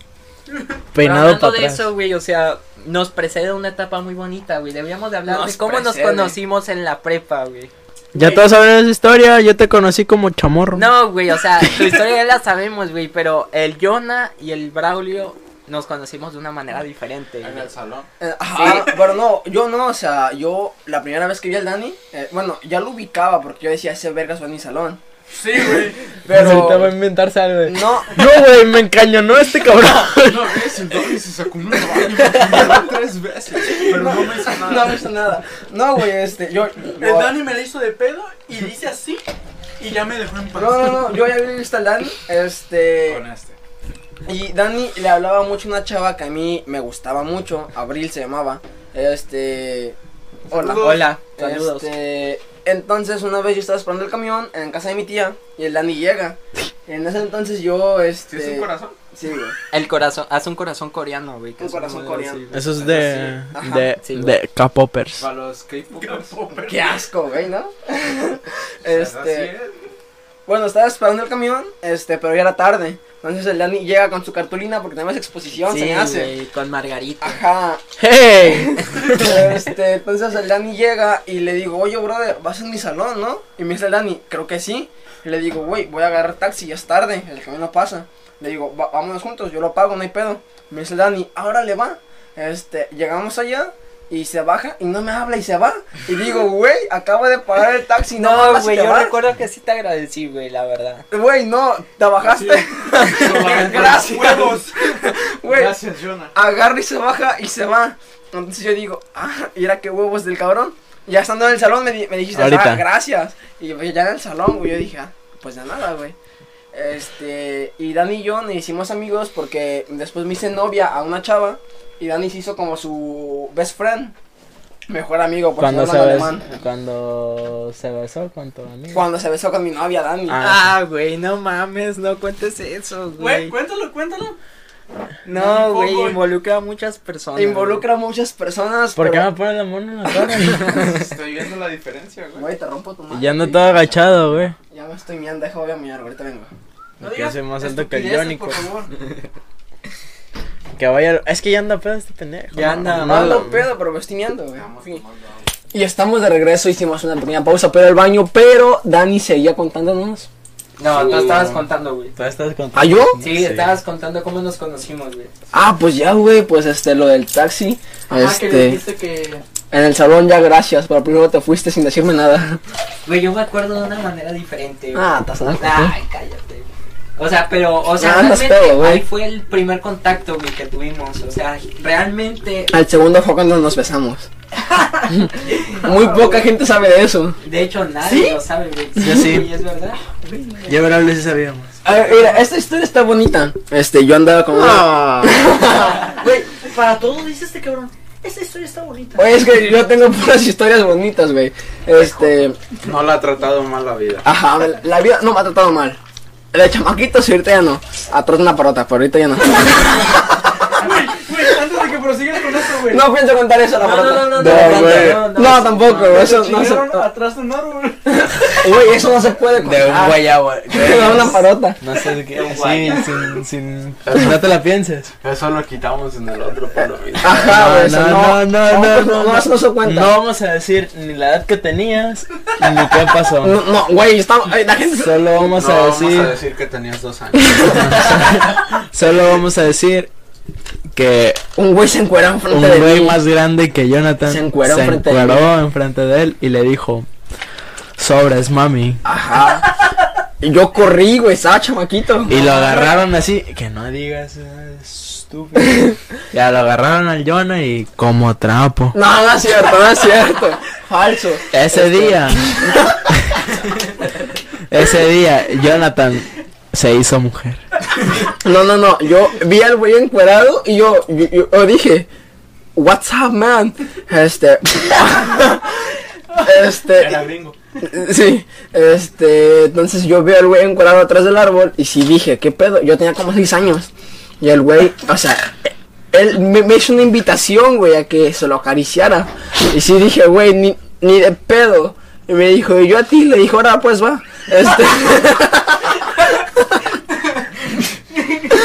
S4: Pero
S2: Peinado
S4: hablando
S2: para
S4: de
S2: atrás.
S4: eso, güey, o sea, nos precede una etapa muy bonita, güey. Deberíamos de hablar
S3: Nos
S4: de cómo
S3: precede.
S4: nos conocimos en la prepa, güey.
S2: Ya todos saben esa historia. Yo te conocí como chamorro.
S4: No, güey, o sea, tu historia ya la sabemos, güey, pero el Jonah y el Braulio nos conocimos de una manera diferente.
S6: En
S4: güey.
S6: el salón.
S3: Eh, Ajá, pero no, yo no, o sea, yo la primera vez que vi al Dani, eh, bueno, ya lo ubicaba porque yo decía, ese vergas va en mi salón.
S1: Sí, güey.
S2: Ahorita va a
S3: Pero,
S2: inventarse algo. de-
S3: no,
S2: No, güey, me encañonó este cabrón.
S6: Una vez el doble se sacó un rayo, me miró tres veces, pero no me hizo
S3: no
S6: nada.
S3: me hizo nada. No, güey, este, yo...
S1: El Dani me la hizo de pedo y dice así. Y ya me dejó en paz.
S3: No, no, no, yo ya había visto al Dani, este...
S6: Con este.
S3: Y Dani le hablaba mucho a una chava que a mí me gustaba mucho, Abril se llamaba. Este. Hola.
S4: Hola, saludos.
S3: Este, entonces una vez yo estaba esperando el camión en casa de mi tía y el Dani llega. En ese entonces yo,
S6: ¿Sí
S3: este.
S6: es un corazón?
S3: Sí, güey.
S4: El corazón, haz un corazón coreano, güey. que
S3: Un
S4: es una
S3: corazón
S4: moneda
S3: coreano.
S4: así, güey.
S2: Eso es de.
S3: Ajá,
S2: de.
S4: sí, güey.
S2: de K-Poppers.
S6: Para los K-popers.
S3: Qué asco, güey, ¿no?
S6: Así
S3: este.
S6: es.
S3: Bueno, estaba esperando el camión, este, pero ya era tarde. Entonces el Dani llega con su cartulina porque tenemos exposición, se
S4: Sí,
S3: me hace.
S4: güey, con Margarita.
S3: Ajá,
S2: ¡Hey!
S3: Este, entonces el Dani llega y le digo, oye, brother, vas en mi salón, ¿no? Y me dice el Dani, creo que sí. Y le digo, güey, voy a agarrar taxi, ya es tarde, el camión no pasa. Le digo, "Va- vámonos juntos, yo lo pago, no hay pedo. Me dice el Dani, ahora le va. Este, llegamos allá y se baja y no me habla y se va. Y digo, güey, acabo de pagar el taxi, no,
S4: No,
S3: hablas y
S4: güey,
S3: te
S4: yo
S3: vas".
S4: recuerdo que sí te agradecí, güey, la verdad.
S3: Güey, no, te bajaste, Gracias.
S1: Huevos.
S3: güey.
S6: Gracias, Jonah.
S3: agarra y se baja y se va. Entonces yo digo, ah, y era que huevos del cabrón. Ya estando en el salón me, di- me dijiste,
S2: Ahorita.
S3: ah, gracias. Y pues, ya en el salón, güey, yo dije, ah, pues de nada, güey. Este, y Dani y yo nos hicimos amigos porque después me hice novia a una chava y Dani se hizo como su best friend, mejor amigo, por si
S2: Cuando
S3: no
S2: se
S3: hablan
S2: besó.
S3: alemán.
S2: Cuando se besó con tu amigo.
S3: Cuando se besó con mi novia, Dani.
S4: Ah, güey, no mames, no cuentes eso,
S1: Güey,
S4: güey.
S1: cuéntalo, cuéntalo.
S4: No, güey,
S1: tampoco.
S4: involucra a muchas personas.
S3: Involucra a muchas personas.
S2: ¿Por qué
S3: pero-
S2: me ponen la mano en la cara?
S6: Estoy viendo la diferencia, güey.
S3: Güey, te rompo tu madre.
S2: Y ando todo agachado, güey.
S3: Ya me estoy mirando, deja, voy a mirar, ahorita vengo.
S1: No
S2: Porque
S1: digas
S2: soy más alto que el
S1: estupideces,
S2: Johnny,
S1: Por
S2: pues.
S1: favor.
S2: Que vaya. Es que ya anda pedo este pendejo.
S4: Ya anda-
S3: No,
S4: Malo.
S3: no pedo, pero me estoy mirando, güey.
S6: Vamos,
S3: Sí.
S6: vamos, vamos.
S3: Y estamos de regreso, hicimos una pequeña pausa para el baño, pero Dani seguía contándonos
S4: No, tú
S2: Uh.
S4: estabas contando, güey.
S2: Tú estás contando.
S3: ¿Ah, yo?
S4: Sí, estabas contando cómo nos conocimos, güey.
S3: Ah, pues ya, güey, pues este, lo del taxi.
S1: Ajá,
S4: Ah,
S1: que le
S3: este,
S1: dijiste que.
S3: en el salón ya gracias, pero primero te fuiste sin decirme nada.
S4: Güey, yo me acuerdo de una manera diferente, güey.
S3: Ah, estás narco, ¿sí?
S4: Ay, cállate. O sea, pero, o sea,
S3: Ah, no es
S4: realmente
S3: pedo, güey.
S4: ahí fue el primer contacto, güey, que tuvimos. O sea, realmente,
S3: Al segundo fue cuando nos besamos. Muy poca gente sabe de eso.
S4: de hecho, nadie lo sabe, güey.
S2: Yo sí.
S4: güey, es verdad.
S2: Ya verás, si sabíamos.
S3: A ver, mira, esta historia está bonita. Este, yo andaba con una...
S1: Güey, para todo dice este cabrón. Esa historia está bonita.
S3: Oye, es que yo tengo puras historias bonitas, güey. Este,
S6: No la ha tratado mal la vida.
S3: ajá, me- la vida no me ha tratado mal. De chamaquito, sí, ahorita ya no. Atrás una parota, pero ahorita ya no.
S1: Güey, güey, antes de que prosigas con eso, güey.
S3: No pienso contar eso a la
S4: No, no,
S3: parota.
S4: no, no, no,
S2: No, güey.
S4: no, no,
S3: No, tampoco,
S4: no.
S3: eso no se...
S1: Chingaron atrás de un árbol.
S3: Güey, eso no se puede contar.
S2: De un guayabo.
S3: De una parota.
S2: No sé de
S4: De
S2: qué.
S4: un
S2: Sí,
S4: guayabo.
S2: sin, sin. No te la pienses.
S6: Eso lo quitamos en el otro palo.
S2: Ah,
S3: Ajá, Ah, güey, eso
S2: no, no, no, no,
S3: pues, no, eso no se cuenta.
S2: No vamos a decir ni la edad que tenías ni qué pasó.
S3: No, no, güey, estamos, ay, la gente se-
S2: Solo vamos
S6: No,
S2: a
S6: vamos
S2: decir,
S6: a decir que tenías dos años.
S2: solo vamos a decir que
S3: un güey se encuera enfrente
S2: un
S3: de
S2: güey
S3: mí.
S2: más grande que Jonathan
S3: Se encueró enfrente de
S2: encueró enfrente de él y le dijo, sobres mami.
S3: Ajá. Y yo corrí, güey, estaba chamaquito.
S2: Y lo agarraron así, que no digas, eh, estúpido. Ya lo agarraron al Jonah y como trapo.
S3: No, no es cierto, no es cierto. Falso.
S2: Ese día, ese día, Jonathan se hizo mujer.
S3: No, no, no. Yo vi al güey encuerado y yo, yo, yo- yo dije, What's up, man? Este. este.
S6: gringo.
S3: Sí. Este. Entonces yo vi al güey encuerado atrás del árbol y sí dije, ¿qué pedo? Yo tenía como 6 años. Y el güey, o sea, él me, me hizo una invitación, güey, a que se lo acariciara. Y sí dije, güey, ni, ni de pedo. Y me dijo, "Y yo a ti, le dijo, ahora pues va. Este.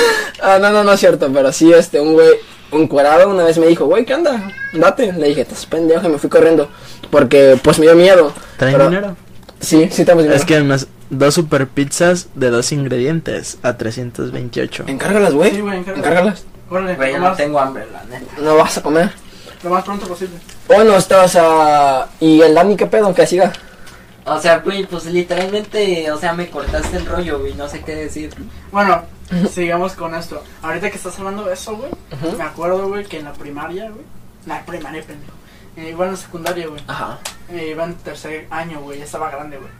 S3: ah, no, no, no es cierto, pero sí, este, un güey, un cuadrado una vez me dijo, güey, ¿qué onda? Date. Le dije, estás pendejo, y me fui corriendo. Porque, pues, me dio miedo.
S2: ¿Traen
S3: Pero-
S2: dinero?
S3: Sí, sí, estamos
S2: Es que unas dos super pizzas de dos ingredientes a 328.
S3: Encárgalas, güey.
S1: Sí, güey, encárgalas.
S3: Encárgalas.
S1: Órale,
S4: Güey, yo
S1: lo
S4: no
S1: más,
S4: tengo hambre, la neta.
S3: No vas a comer.
S1: lo más pronto posible.
S3: Bueno, estabas a... ¿Y el Dani qué pedo? ¿Qué hacía?
S4: O sea, güey, pues literalmente, o sea, me cortaste el rollo, güey, no sé qué decir.
S1: Bueno, sigamos con esto. Ahorita que estás hablando de eso, güey, me acuerdo, güey, que en la primaria, güey, la primaria, pendejo. Eh, iba en la secundaria, güey.
S3: Ajá.
S1: Eh, iba en tercer año, güey, ya estaba grande, güey.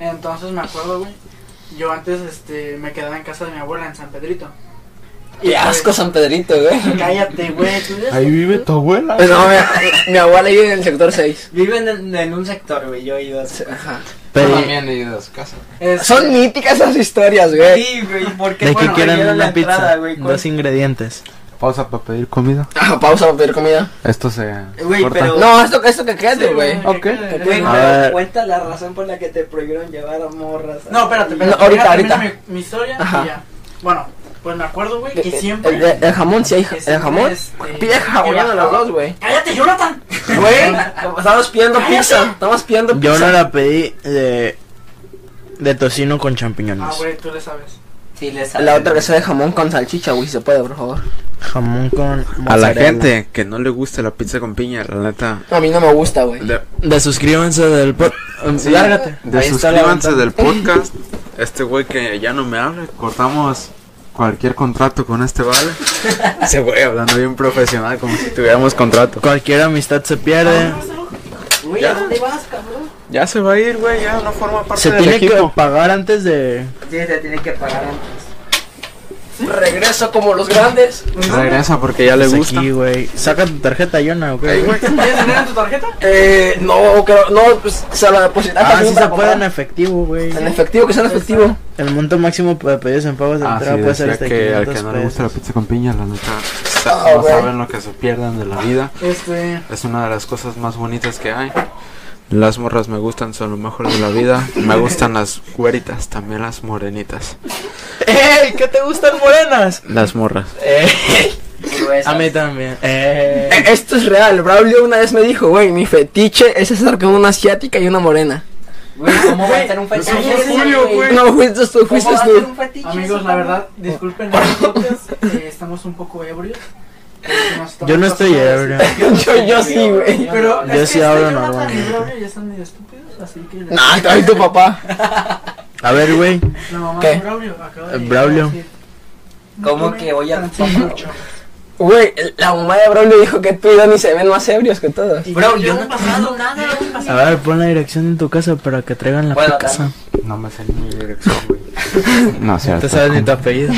S1: Entonces me acuerdo, güey, yo antes este, me quedaba en casa de mi abuela en San Pedrito. pues,
S3: Qué asco San Pedrito, güey.
S1: Cállate, güey, tú eres-
S5: Ahí vive tu abuela.
S3: Pues no, mi, mi abuela vive en el sector 6.
S4: Viven en, en un sector, güey, yo he ido a ese-
S3: Ajá.
S6: Yo
S2: Pero,
S6: también he ido a su casa.
S1: Este,
S3: Son míticas las historias, güey.
S4: Sí, güey, porque
S2: Eh, ¿de qué
S4: bueno,
S2: quieren
S4: abrieron
S2: una
S4: la
S2: pizza?
S4: entrada, güey, con-
S2: dos ingredientes.
S5: Pausa para pedir comida.
S3: Ajá, Ah, pausa para pedir comida.
S5: Esto se
S4: Güey,
S5: corta.
S4: pero-
S3: No, esto, esto que quede,
S1: sí,
S3: güey.
S1: güey,
S5: Ok.
S1: que-
S4: Güey,
S2: A
S4: pero
S2: ver.
S4: cuenta la razón por la que te prohibieron llevar a morras.
S1: No, espérate, espérate.
S3: No, ahorita,
S1: deja- termina
S3: ahorita.
S1: Mi, mi historia
S3: Ajá.
S1: y ya. Bueno, pues me acuerdo, güey, que
S3: El-
S1: siempre.
S3: El, el jamón, sí, hay
S1: que
S3: ja- el
S1: siempre,
S3: jamón.
S1: este,
S3: Pide
S1: iba-
S3: jamón a los dos, güey.
S1: ¡Cállate, Jonathan!
S3: eh, Güey, estamos pidiendo pizza. Estamos pidiendo pizza.
S2: Yo no la pedí de, de tocino con champiñones.
S1: Ah, güey, tú le sabes.
S4: Si les
S3: La otra que sea de jamón con salchicha, güey, si se puede, por favor.
S2: Jamón con
S6: A la
S2: mozzarella.
S6: gente que no le gusta la pizza con piña, la neta.
S3: A mí no me gusta, güey.
S6: De,
S2: Desuscríbanse del pod.
S6: sí,
S2: Lárgate.
S6: de
S2: Ahí está la
S6: suscríbanse
S2: ventana.
S6: del podcast. Este güey que ya no me habla. Cortamos cualquier contrato con este vale. Ese güey hablando bien profesional, como si tuviéramos contrato.
S2: Cualquier amistad se pierde.
S4: Güey, ¿a dónde vas, cabrón?
S6: Ya se va a ir, güey. Ya no forma parte
S2: Se
S6: del
S2: tiene que
S6: equipo.
S2: pagar antes de.
S4: Sí, te tiene que pagar antes.
S3: Regreso como los grandes.
S6: Regresa porque ya le
S2: Pues
S6: gusta.
S2: aquí, güey. Saca tu tarjeta, Yona, ¿o qué?
S6: Ey, güey.
S1: ¿Tienes dinero en tu tarjeta?
S3: Eh, no, creo, no, pues se la depositan.
S2: Ah,
S3: también
S2: sí se
S3: para
S2: puede en
S3: comprar.
S2: efectivo, güey.
S3: En efectivo, que sea en efectivo.
S2: El monto máximo de pedidos en pagos de
S6: Ah,
S2: entrada
S6: sí,
S2: puede ser
S6: decía
S2: hasta
S6: que al
S2: 500
S6: que no le gusta la
S2: pesos.
S5: pizza con piña, la neta.
S6: Sa-
S3: Ah,
S6: no
S3: güey.
S6: saben lo que se pierden de la vida.
S1: Este.
S6: Es una de las cosas más bonitas que hay. Las morras me gustan, son lo mejor de la vida. Me gustan las güeritas, también las morenitas.
S2: ¡Ey! ¿Qué te gustan morenas?
S6: Las morras.
S2: a mí también.
S3: Eh, Esto es real. Braulio una vez me dijo, güey, mi fetiche es estar con una asiática y una morena.
S4: Güey, ¿cómo va a ser un
S1: Güey, pues,
S4: fetiche?
S1: no somos
S4: ese,
S1: Julio, güey.
S2: No, fuiste tú,
S4: ¿Cómo
S2: fuiste
S4: va a ser
S2: tú.
S4: un fetiche?
S1: Amigos,
S4: ese,
S1: la
S4: cabrón?
S1: verdad, disculpen las podcast, eh, estamos un poco ebrios.
S2: Yo no estoy ebrio.
S3: Yo, yo sí, güey.
S1: Pero
S2: Yo
S1: es
S2: sí
S1: que
S2: hablo
S1: este Jonathan y
S2: normal.
S1: Braulio ya están medio estúpidos, así que... la-
S4: Ah,
S3: Nah, te va a ir tu papá.
S2: A ver, güey.
S1: La mamá
S3: ¿Qué?
S1: de Braulio acaba
S2: Eh,
S1: de...
S2: Braulio.
S1: decir, no
S4: ¿Cómo
S1: tomen
S4: que voy a-
S1: tantito mucho.
S3: Güey, la mamá de Braulio dijo que tú y Dani se ven más ebrios que todos.
S1: Y
S4: Bro, yo
S1: llevo
S4: no he
S1: pasando
S4: pasado nada, güey.
S2: A ver, pon la dirección de tu casa para que traigan la
S4: Bueno,
S2: casa.
S5: No me sé ni mi dirección, güey. No sé.
S2: No te sabes ni tu apellido.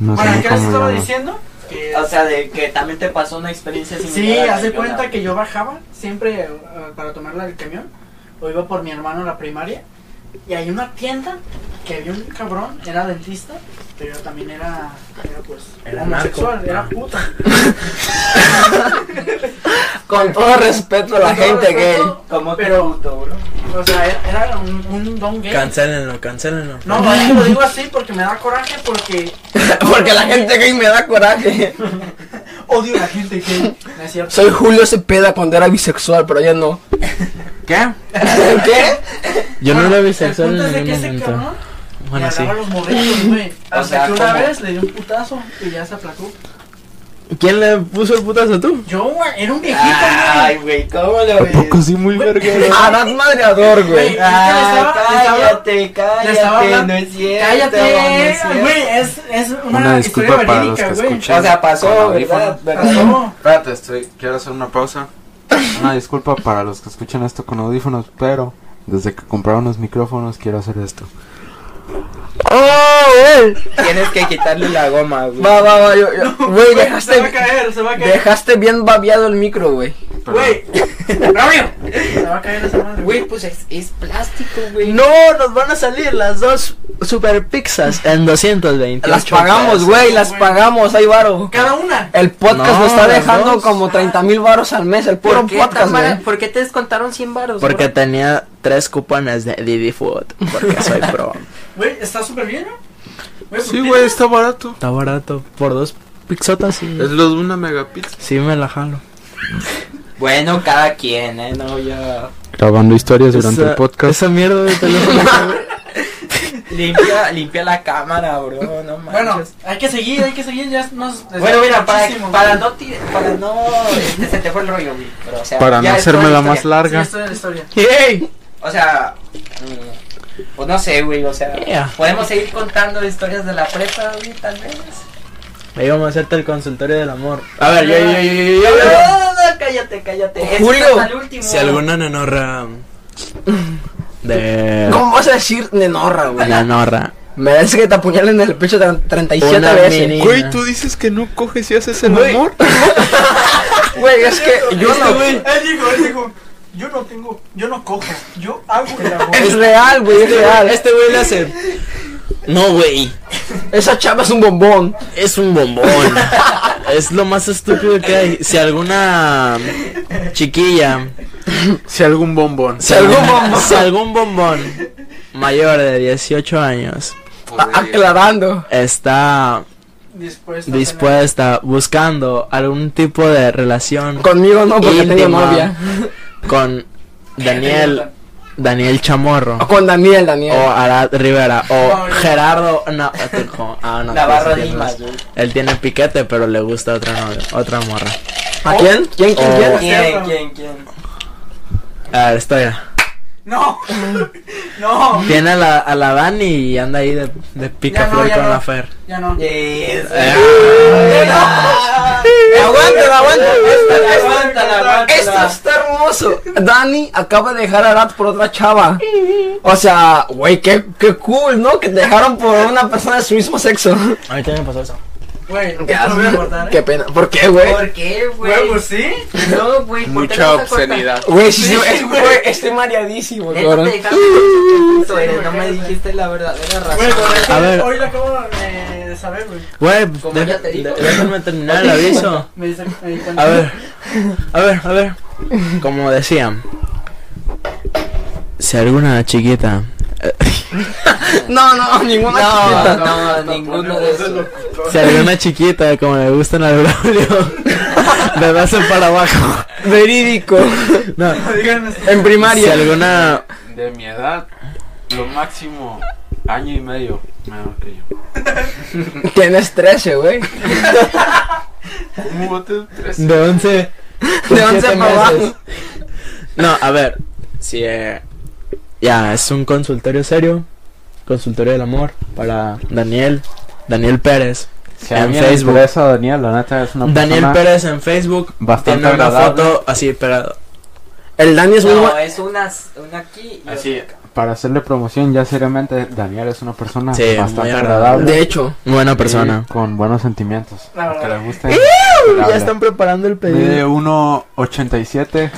S5: No sé
S1: Bueno,
S5: ni
S1: ¿qué les
S5: cómo llamo.
S1: estaba diciendo? Que-
S4: O sea, de que también te pasó una experiencia similar.
S1: Sí,
S4: a la
S1: hace
S4: que yo
S1: cuenta
S4: la-
S1: que yo bajaba siempre eh, para tomarla del camión o iba por mi hermano a la primaria y hay una tienda que había un cabrón, era dentista, pero también era, era pues
S2: Era
S1: homosexual,
S2: narco.
S1: era puta.
S3: Con todo respeto a la gente gay.
S4: Como que
S1: Pero-
S4: puto, bro.
S1: O sea, era- era un, un don gay.
S2: Cancélenlo, cancélenlo.
S1: no, no, es que lo digo así porque me da coraje porque
S3: Porque la gente gay me da coraje.
S1: odio a la gente gay. No es cierto.
S3: Soy Julio Cepeda cuando era bisexual, pero ya no.
S2: ¿Qué?
S3: ¿Qué?
S2: Yo no
S1: Bueno,
S2: era bisexual
S1: El punto es de
S2: en
S1: que
S2: ningún
S1: ese
S2: momento.
S1: cabrón
S2: Bueno,
S1: le
S2: sí.
S1: hablaba a los morritos, güey.
S4: O
S1: Hasta
S4: sea,
S1: que una
S4: ¿cómo?
S1: vez le dio un putazo y ya se aplacó.
S2: ¿Quién le puso el putazo tú?
S1: Yo, güey, era un viejito, güey.
S4: Ay, güey, ¿cómo lo ves?
S5: Tampoco sí muy verga.
S3: Ah, das madreador, güey.
S4: Ah,
S1: Le estaba-
S4: cállate,
S1: le estaba
S4: cállate,
S1: hablando-
S4: no es cierto. no es
S1: Cállate,
S4: cierto.
S1: güey, pues es, es
S5: Una
S1: una, historia
S5: disculpa para los
S1: verídica,
S5: que
S1: güey.
S5: escuchan.
S4: O sea, pasó,
S5: Con audífonos.
S4: ¿verdad? ¿verdad?
S1: Pasó.
S6: Espérate, estoy, quiero hacer una pausa.
S5: Una disculpa para los que escuchan esto con audífonos, pero desde que compraron los micrófonos quiero hacer esto.
S3: ¡Oh, güey!
S4: Tienes que quitarle la goma, güey.
S3: Va, va, va, yo, yo- Güey,
S1: Güey, se va a
S3: dejaste,
S1: caer, se va a caer.
S3: dejaste bien babeado el micro, güey.
S1: Güey, Rabio. Se va a caer esa madre.
S4: Güey, pues es, es plástico, güey.
S2: No, nos van a salir las dos super pizzas en 220.
S3: Las pagamos, güey, las
S1: güey.
S3: pagamos, hay varo.
S1: Cada una.
S3: El podcast
S2: No,
S3: nos está
S2: las
S3: dejando
S2: dos.
S3: como 30 mil varos al mes, el puro
S4: ¿Por qué,
S3: podcast,
S4: tan mala-
S3: güey.
S4: ¿Por qué te descontaron 100 baros?
S2: Porque tenía tres cupones de Didi Food. Porque soy pro.
S1: Güey, está súper bien, ¿no? Güey,
S6: Sí,
S1: ¿por
S6: güey,
S1: qué?
S6: está barato.
S2: Está barato. Por dos pizzotas sí.
S6: Es lo de una megapizza.
S2: Sí me la jalo.
S4: Bueno, cada quien, ¿eh? No, ya.
S5: Grabando historias durante
S2: Esa-
S5: el podcast.
S2: Esa mierda de teléfono.
S4: Limpia, limpia la cámara, bro. No
S1: Bueno,
S4: manches.
S1: hay que seguir, hay que seguir. Ya nos.
S4: Bueno, mira, para,
S1: muchísimo,
S4: para
S1: güey.
S4: no. tire- Para no este, se te fue el rollo, güey. Pero, o sea,
S5: Para no
S4: ya es toda
S5: hacérmela
S4: historia.
S5: más
S1: Sí,
S5: larga.
S1: esto es la historia.
S2: ¡Yay!
S4: O sea. mm, Pues no sé, güey. O sea,
S2: Yeah.
S4: podemos seguir contando historias de la prepa, güey, tal vez.
S2: Ahí vamos a hacerte el consultorio del amor. A ver, yo, yo, yo, yo, yo,
S4: No,
S2: yo.
S4: no, no, cállate, cállate. Este
S3: Julio,
S4: es el último.
S2: Si alguna nenorra. De.
S3: ¿Cómo vas a decir nenorra, güey?
S2: Nenorra.
S3: Merece que te apuñalen en el pecho tre- 37
S2: Una
S3: veces.
S2: mini-
S6: Güey, tú dices que no coges y haces el
S3: Güey.
S6: amor.
S3: Ah, Güey, es que yo
S1: Este
S3: no.
S1: güey, Él dijo, él dijo. Yo no tengo. Yo no cojo. Yo hago el amor.
S3: Es real, güey, es real.
S2: Este güey le hace. No, güey.
S3: Esa chava es un bombón.
S2: Es un bombón. es lo más estúpido que hay. Si alguna chiquilla.
S6: Si algún bombón.
S2: Si
S3: algún bombón.
S2: si algún bombón mayor de 18 años
S3: A- aclarando.
S2: está
S1: Dispuesto. a tener-
S2: dispuesta, buscando algún tipo de relación
S3: Conmigo no, porque tengo
S2: Íntima.
S3: novia.
S2: con Daniel Daniel Chamorro
S3: O Ah, con Daniel, Daniel.
S2: o Arad Rivera
S1: No,
S2: o
S1: no.
S2: Gerardo no, este, con- ah, no,
S4: Navarro
S2: ese tiene
S4: Dimas,
S2: más.
S4: güey.
S2: él tiene piquete pero le gusta otra novia, otra morra
S3: ¿A quién? ¿Quién,
S2: o-
S3: quién, quién?
S4: ¿Quién,
S1: Cierto.
S4: quién, quién?
S2: a ver, ah, estoy
S1: No. No.
S2: tiene a la, a la Dani y anda ahí de, de
S1: Ya no,
S2: picaflor
S1: ya
S2: con
S1: no.
S2: la Fer
S1: Ya no.
S2: Eh,
S4: Yes.
S3: Aguántala, aguántala.
S4: Aguántala, aguántala,
S3: Esto
S4: aguántala.
S3: está hermoso. Dani acaba de dejar a Arad por otra chava. O sea, güey, qué, qué cool, ¿no? Que te dejaron por una persona de su mismo sexo.
S2: a mí también me pasó eso
S1: Güey, ya lo voy a cortar.
S3: Qué
S1: ¿eh?
S3: pena. ¿Por qué, güey?
S4: ¿Por qué,
S1: Güey,
S4: güey?
S1: pues sí.
S4: No, güey. ¿por qué
S6: Mucha
S4: no te cortas?
S6: obscenidad.
S3: Güey, sí, sí, es- güey, estoy mareadísimo,
S4: Neta,
S3: cabrón.
S4: te dejaste por puto, eres, No me
S1: güey.
S4: dijiste la verdadera
S1: Güey,
S4: razón.
S1: pero es que
S2: A ver.
S1: hoy lo acabo eh, de saber, güey.
S2: Güey,
S4: Como
S2: deja-
S4: ya te digo.
S2: de- déjame terminar el aviso.
S1: Me dice me di cuenta.
S2: A ver, a ver, a ver. Como decían, si alguna chiquita.
S3: No, no, ninguna
S4: No,
S3: chiquita.
S4: no, ninguno de esos.
S2: Si alguna chiquita, como le gustan al Braulio, de base para abajo.
S3: Verídico.
S2: No,
S1: No digan esto.
S3: En
S2: si
S3: primaria.
S2: alguna
S6: de mi edad, lo máximo año y medio menor que yo.
S3: Tienes 13, güey.
S6: ¿Cómo botes tres?
S2: De 11.
S3: De 11
S2: siete
S3: para
S2: meses.
S3: abajo.
S2: No, a ver. Si eh, ya es un consultorio serio. Consultorio del amor para Daniel. Daniel Pérez.
S5: Si
S2: En
S5: a mí me
S2: Facebook.
S5: interesa Daniel, la neta es una
S2: Daniel
S5: persona
S2: Pérez en Facebook
S5: bastante
S2: tiene una
S5: agradable
S2: foto así, pero
S3: El Dani es muy
S4: No,
S3: bueno.
S4: es una, una aquí y
S6: Así,
S4: otra acá.
S5: para hacerle promoción ya seriamente. Daniel es una persona
S2: Sí, muy
S5: bastante
S2: agradable.
S5: agradable.
S3: De hecho,
S2: muy buena persona.
S5: Y con buenos sentimientos.
S4: La verdad.
S5: Que le guste.
S2: Ya están preparando el
S5: Mide
S2: pedido.
S5: 1.87.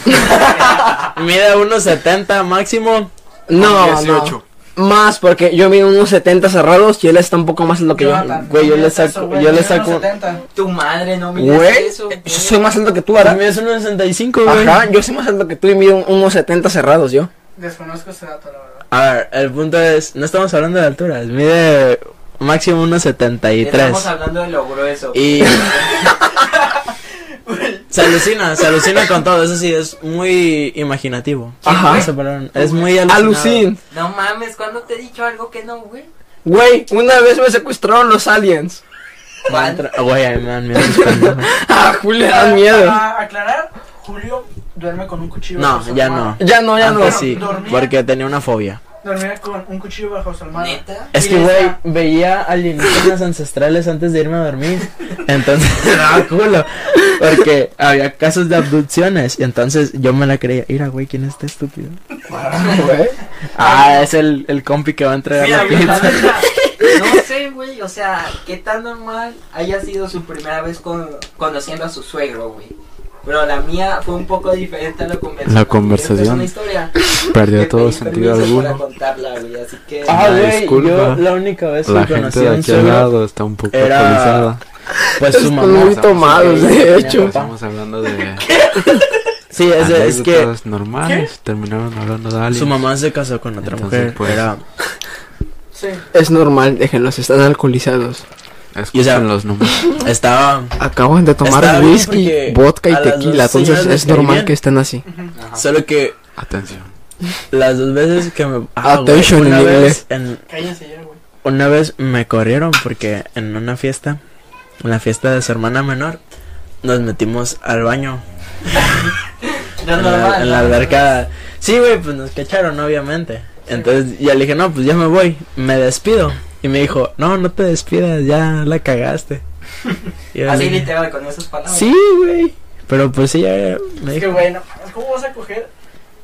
S2: Mide 1.70 máximo.
S3: no, no. Más, porque yo mido unos 70 cerrados y él está un poco más alto que yo.
S1: Jonathan,
S2: güey, yo
S1: ¿tú
S2: le
S1: mides
S2: saco-
S1: eso, güey?
S2: yo le
S1: Yo mido
S2: saco-
S1: 70.
S4: Tu madre no mira
S3: Güey,
S4: eso.
S3: yo soy más alto que tú, ¿verdad?
S2: Mide 1.65, güey.
S3: Ajá, yo soy más alto que tú y mido un- unos 70 cerrados yo.
S1: Desconozco ese dato, la verdad.
S2: A ver, el punto es, no estamos hablando de alturas, mide máximo
S4: Estamos
S2: 1.73.
S4: hablando de lo grueso.
S2: Y... se alucina, se alucina con todo, eso sí, es muy imaginativo.
S3: Ajá.
S2: Esa palabra, Es muy alucinado.
S3: Alucin.
S4: No mames, ¿cuándo te he dicho algo que no, güey?
S3: Güey, una vez me secuestraron los aliens.
S2: Me dan tra- Güey, a mí me dan miedo los pendejos.
S3: A Ah, Julio le dan miedo.
S1: Para aclarar, Julio duerme con un cuchillo.
S2: No,
S1: bajo su
S2: ya
S1: almohada.
S2: no.
S3: Ya no, ya no.
S2: Antes sí,
S1: Dormía.
S2: porque tenía una fobia.
S1: Dormía con un cuchillo bajo su almohada.
S4: ¿Neta?
S2: Es
S1: Y
S2: que,
S1: le
S2: güey,
S1: decía,
S2: veía alienígenas ancestrales antes de irme a dormir. Entonces, me daba culo. Porque había casos de abducciones. Y entonces yo me la creía. Mira, güey, ¿quién es este estúpido?
S3: güey.
S2: Ah, es el, el compi que va a entregar
S4: Mira,
S2: la
S4: güey, la
S2: pizza. Ah,
S4: neta, No sé, güey, o sea, qué tan normal haya sido su primera vez con, conociendo a su suegro, güey. Pero la mía fue un poco diferente a la conversación.
S5: La conversación.
S4: Es una historia.
S5: Perdió
S4: que
S5: todo
S4: pedí
S5: sentido
S4: permiso
S5: alguno.
S4: Para contarla, güey, así que...
S2: Ah,
S5: Una
S2: güey,
S5: disculpa.
S2: yo la única vez
S5: La
S2: que
S5: gente
S2: conocí a
S5: de
S2: un
S5: aquí al
S2: suegro,
S5: lado está un poco
S2: era-
S5: alcoholizada.
S2: pues su
S3: Están muy
S2: mamá.
S3: tomados, de hecho.
S5: Estamos hablando de
S2: Sí, es, de- es que
S5: anécdotas normales. Terminaron hablando de alguien.
S2: su mamá se casó con otra
S5: Entonces,
S2: mujer.
S5: pues,
S2: era-
S1: Sí.
S3: Es normal, déjenlos, están alcoholizados.
S5: Escuchen los números.
S2: estaba
S3: Acaban de
S2: Está
S3: tomar
S2: bien,
S3: whisky,
S2: porque
S3: vodka
S2: a
S3: y
S2: las
S3: tequila,
S2: dos
S3: entonces
S2: señoras
S3: es
S2: les cae
S3: normal
S2: bien.
S3: que estén así.
S2: solo que
S5: Atención.
S2: las dos veces que me ah, güey,
S3: Attention en
S2: una
S3: inglés.
S2: vez en-
S1: Cállense ya, güey.
S2: Una vez me corrieron porque en una fiesta, en la fiesta de su hermana menor, nos metimos al baño.
S4: No es
S2: en, la,
S4: normal,
S2: en la
S4: ¿no?
S2: alberca. Sí, güey, pues nos cacharon, obviamente. Entonces ya le dije, no, pues ya me voy, me despido. Y me dijo, no, no te despidas, ya la cagaste. Y yo le
S4: Así
S2: dije,
S4: literal, con esas palabras.
S2: Sí, güey. Pero pues sí, ya me
S1: Es que,
S2: dijo.
S1: güey, no mames, ¿cómo vas a coger?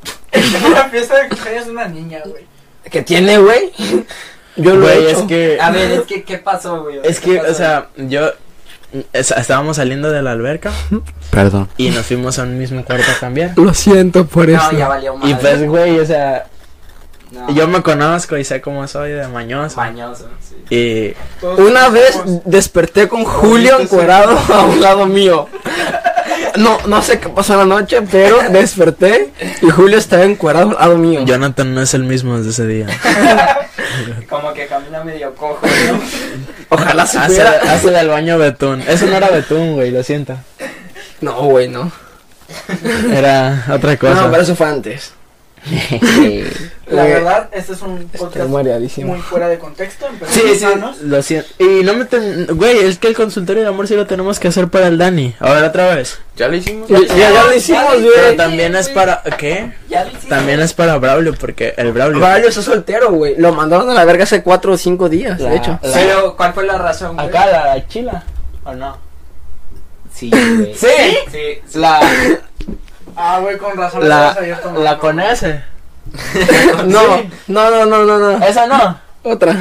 S1: Una fiesta de coger es una niña, güey.
S3: ¿Qué tiene, güey? Yo lo
S2: Güey,
S3: he
S2: es
S3: hecho.
S2: que.
S4: A ver, es que, ¿qué pasó, güey?
S2: Es
S4: ¿Qué
S2: que,
S4: pasó?
S2: o sea, yo. es- estábamos saliendo de la alberca
S5: Perdón.
S2: y nos fuimos a un mismo cuarto a cambiar.
S3: Lo siento por eso.
S4: No, ya valió madre.
S2: Y pues, güey, o sea,
S4: No.
S3: Ah.
S2: yo me conozco y sé cómo soy de mañoso.
S4: Mañoso, sí.
S2: Y
S1: Todos
S3: Una
S1: somos
S3: vez
S1: guapos.
S3: desperté con Julio encuerado a un lado mío. No, no sé qué pasó en la noche, pero desperté y Julio estaba encuerado al lado mío.
S2: Jonathan no es el mismo desde ese día.
S4: Como que camina medio cojo, ¿no?
S3: Ojalá se
S2: Hace, hace del baño betún. Eso no era betún, güey, lo siento.
S3: No, güey, no.
S2: Era otra cosa.
S3: No, pero eso fue antes.
S1: La
S3: Güey,
S1: verdad, este es un
S3: Estoy
S1: podcast
S3: mareadísimo.
S1: muy fuera de contexto. empezó
S2: Sí,
S1: muy
S2: sí,
S1: sanos.
S2: lo siento. Y no me ten- Güey, es que el consultorio de amor sí lo tenemos que hacer para el Dani. A ver, otra vez.
S6: ¿Ya lo hicimos?
S3: Ya, ya- ya lo hicimos,
S2: Pero
S3: güey.
S2: también es para... ¿Qué?
S4: Ya lo hiciste.
S2: También es para Braulio, porque el Braulio...
S3: Braulio está soltero, güey. Lo mandaron a la verga hace cuatro o cinco días, de hecho.
S2: La-
S4: Pero, ¿cuál fue la razón, güey?
S2: Acá, la, la chila. ¿O no?
S4: Sí, güey.
S2: Sí.
S4: Sí. sí.
S2: La...
S1: Ah, güey, con razón. las
S2: La...
S1: cosas ayer tomaron,
S2: La
S1: ¿no?
S2: con ese.
S3: No, no, no, no, no, no.
S2: ¿Esa no?
S3: Otra.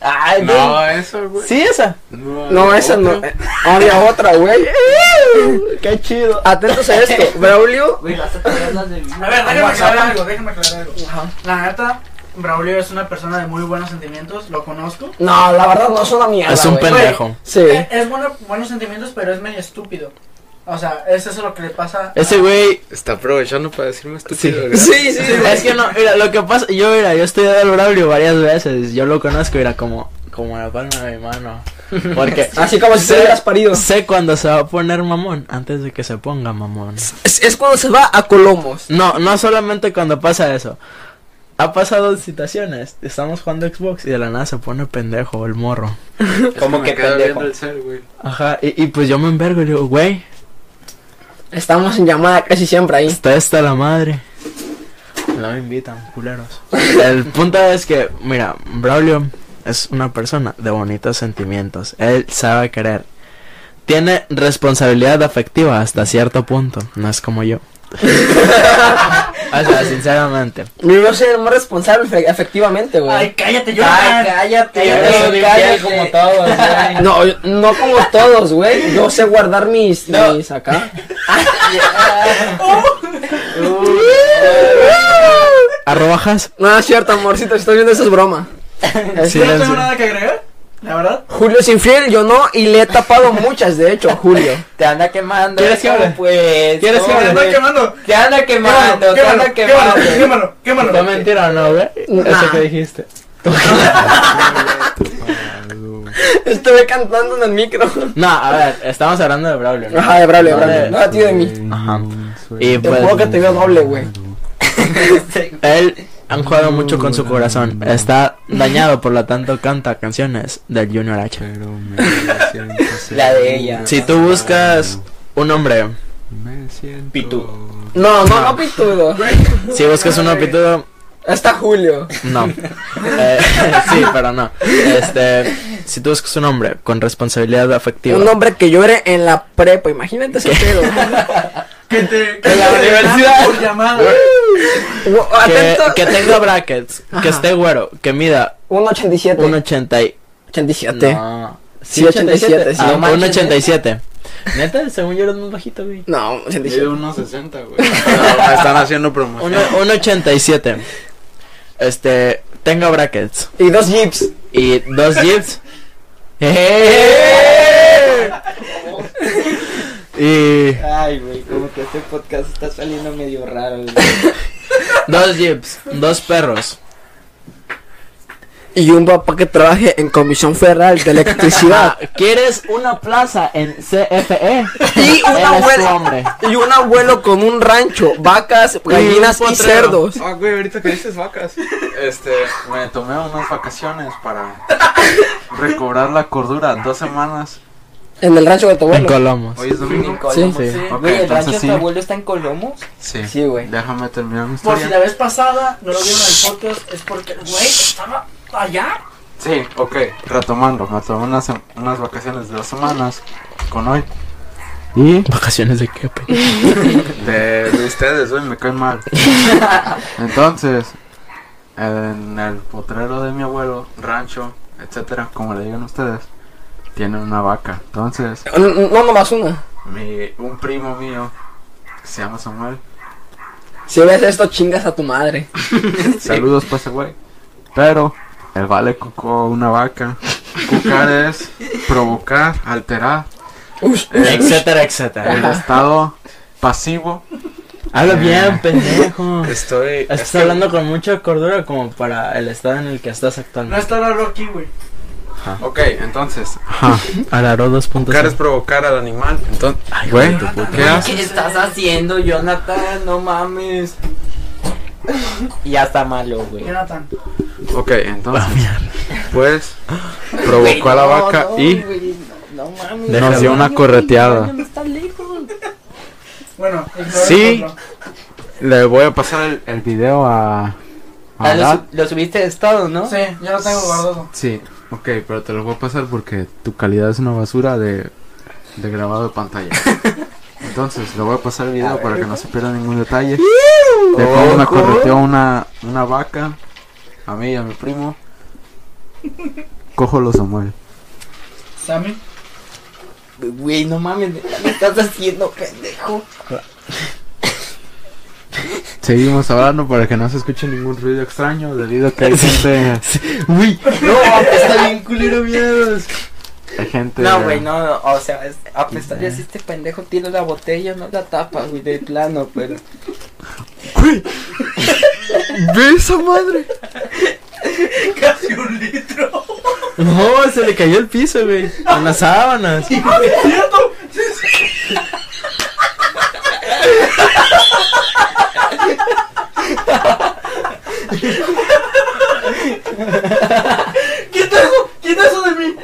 S2: Ay,
S6: No, eso, güey.
S2: Sí, esa.
S6: No,
S3: No, esa no. Eh,
S6: otra.
S3: Había otra, güey.
S2: Qué chido.
S3: Atentos a esto. Braulio
S4: Güey, las otras eran las del-
S1: A ver, déjame aclarar algo, déjame aclarar algo. La neta, Braulio es una persona de muy buenos sentimientos, lo conozco.
S3: No, la verdad no es una mierda.
S2: Es un
S3: güey.
S2: pendejo.
S3: Sí.
S1: Eh, Es bueno, buenos sentimientos, pero es medio estúpido. O sea, es eso lo que le pasa. a-
S2: Ese güey.
S6: Está aprovechando para decirme
S2: Sí.
S6: estúpido. ¿verdad?
S2: sí, sí. Es que no, mira, lo que pasa. Yo, mira, yo he estudiado al Braulio varias veces. Yo lo conozco, mira, como, como la palma de mi mano. Porque.
S3: Así como si se
S2: sé-
S3: hubieras parido.
S2: Sé cuando se va a poner mamón. Antes de que se ponga mamón.
S3: Es, es cuando se va a Colomos.
S2: No, no solamente cuando pasa eso. Ha pasado situaciones. Estamos jugando Xbox y de la nada se pone pendejo el morro.
S4: Como que pendejo.
S6: el cel, güey.
S2: Ajá, y, y pues yo me envergo y le digo, güey,
S3: Estamos en llamada casi siempre ahí.
S2: está esta la madre. No me invitan, culeros. El punto es que, mira, Braulio es una persona de bonitos sentimientos. Él sabe querer. Tiene responsabilidad afectiva hasta cierto punto. No es como yo. o sea, sinceramente.
S3: Yo no soy el más responsable fe- efectivamente,
S1: Ay,
S3: güey.
S1: cállate, yo.
S4: Ay, cállate,
S3: Ay,
S4: yo soy
S3: cállate.
S4: fiel como todos, güey.
S3: No, yo- no como todos, güey. Yo sé guardar mis,
S4: No.
S3: mis acá. Uh.
S2: Arrobajas.
S3: No, es cierto, amorcito, si estás viendo eso es broma.
S1: Yo no tengo
S2: Silencio.
S1: nada que agregar, la verdad.
S3: Julio es infiel, yo no, y le he tapado muchas, de hecho, a Julio.
S4: Te anda quemando.
S2: ¿Quieres que
S4: ¿cómo
S2: hable?
S4: Pues,
S2: ¿Quieres que
S4: ¿cómo,
S2: hable?
S1: Anda Oh,
S4: güey?
S1: quemando.
S4: Te anda quemando, te anda
S1: quémalo,
S4: quemando.
S1: quémalo, quémalo.
S2: ¿Fue mentira o no, güey? Eso
S3: Nah.
S2: que dijiste.
S3: Estuve cantando en el micro.
S2: No, a ver, estamos hablando de Braulio, ¿no?
S3: Ajá, de Braulio, de
S2: Vale.
S3: Braulio. No, tío de mí.
S2: Ajá. Y
S3: Te juro que
S2: pues,
S3: te veo doble, güey.
S2: él han jugado mucho con su
S3: Mm.
S2: corazón. Está dañado, por lo tanto, canta canciones del Junior H.
S5: Pero me siento
S4: La de ella.
S2: Si tú buscas un hombre,
S5: Me siento.
S4: Pitu.
S3: No, no, no pitudo.
S2: si buscas un apito,
S3: Está Julio.
S2: no. Eh, sí, pero no. Este, si tú buscas un hombre con responsabilidad afectiva.
S3: Un hombre que llore en la prepa, imagínate ese pedo.
S1: Que te. Que
S2: En la
S1: te
S2: universidad.
S1: Por llamada.
S3: Wo-
S2: Que,
S3: Atento.
S2: que tenga brackets, que esté güero, que mida
S3: Un 87.
S2: 1.80 y...
S3: 87.
S2: No.
S3: Sí, 87, sí.
S2: Ah,
S4: No manches,
S2: 1.87. Neta, según yo eres más bajito, güey.
S3: No,
S6: Yo de
S3: 87.
S6: 1.60, güey. Me están haciendo promoción.
S2: Uno- 1.87. Este, tenga brackets.
S3: Y dos jeeps.
S2: Y dos jeeps. ¡Eh! y
S4: Ay, güey, como que este podcast está saliendo medio raro, güey.
S2: dos jeeps, dos perros.
S3: Y un papá que trabaje en Comisión Federal de Electricidad.
S2: Ah, ¿Quieres una plaza en CFE?
S3: Y una
S2: Él es tu
S3: abuela.
S2: hombre.
S3: y un abuelo con un rancho, vacas, gallinas y,
S2: potrero.
S3: cerdos.
S6: Ah, güey, ahorita que dices vacas. Este, me tomé unas vacaciones para recobrar la cordura. Dos semanas.
S3: En el rancho de tu
S2: En
S3: abuelo.
S2: Colomos.
S6: Hoy es domingo.
S3: Sí,
S4: Colomos.
S2: sí.
S6: Ok,
S4: Güey, ¿el rancho
S6: entonces
S4: de
S6: sí.
S4: tu abuelo está en Colomos?
S6: Sí.
S4: Sí, güey.
S6: Déjame terminar mi
S1: Por si la
S6: historia.
S1: vez pasada no lo vieron en el podcast, es porque, güey, estaba allá.
S6: Sí, ok. Retomando, me tomé unas, unas vacaciones de dos semanas con hoy. Y
S2: Vacaciones de qué, pe-
S6: de, de ustedes, güey, me caen mal. Entonces, en el potrero de mi abuelo, rancho, etcétera, como le digan ustedes, tienen una vaca. Entonces,
S3: No, no, nomás una.
S6: mi, un primo mío, que se llama Samuel,
S3: Si ves esto, chingas a tu madre.
S6: saludos para ese güey, pero el vale cucó una vaca. Cucar es provocar, alterar
S3: Ush.
S2: Etcétera,
S6: el
S2: etcétera.
S6: estado pasivo. Eh,
S2: Habla bien, pendejo.
S6: Estoy...
S2: Estás hablando con mucha cordura como para el estado en el que estás
S1: No
S2: actualmente.
S1: estaba Rocky, güey.
S6: Ok, entonces,
S2: Alaró dos
S6: cucar es provocar al animal. Entonces,
S2: Ay,
S6: güey,
S2: tu puta
S6: ¿qué haces?
S4: ¿Qué estás haciendo, Jonathan? No mames. Ya está malo, güey.
S1: Jonathan.
S6: Ok, entonces, pues, provocó a la vaca y
S4: No mames.
S2: Deja
S6: nos dio una correteada.
S1: Bueno, ignora
S6: Sí.
S1: el otro.
S6: Le voy a pasar el, el video a... a
S4: Ah, lo,
S6: Dad.
S4: su- lo subiste de estado, ¿no?
S1: Sí, yo lo tengo guardado.
S6: Sí, ok, pero te lo voy a pasar porque tu calidad es una basura de, de grabado de pantalla. Entonces, le voy a pasar el video para que no se pierda ningún detalle. De cómo me correteó una, una vaca, a mí y a mi primo. Cojo los Samuel.
S1: Sammy.
S4: Güey, no mames. ¿Qué estás haciendo, pendejo?
S6: Seguimos hablando para que no se escuche ningún ruido extraño debido a que hay gente...
S2: Uy,
S4: No, está bien culero, miedos.
S6: Hay gente...
S4: No, güey, no, no, o sea, es- a pesar de si este pendejo tira la botella, no la tapa, güey, de plano, pero...
S6: ¡Ve esa madre!
S1: Casi un litro.
S2: no, se le cayó el piso, güey. Con las sábanas.
S1: ¿Cierto? Sí, sí. Quita eso, quita eso de mí.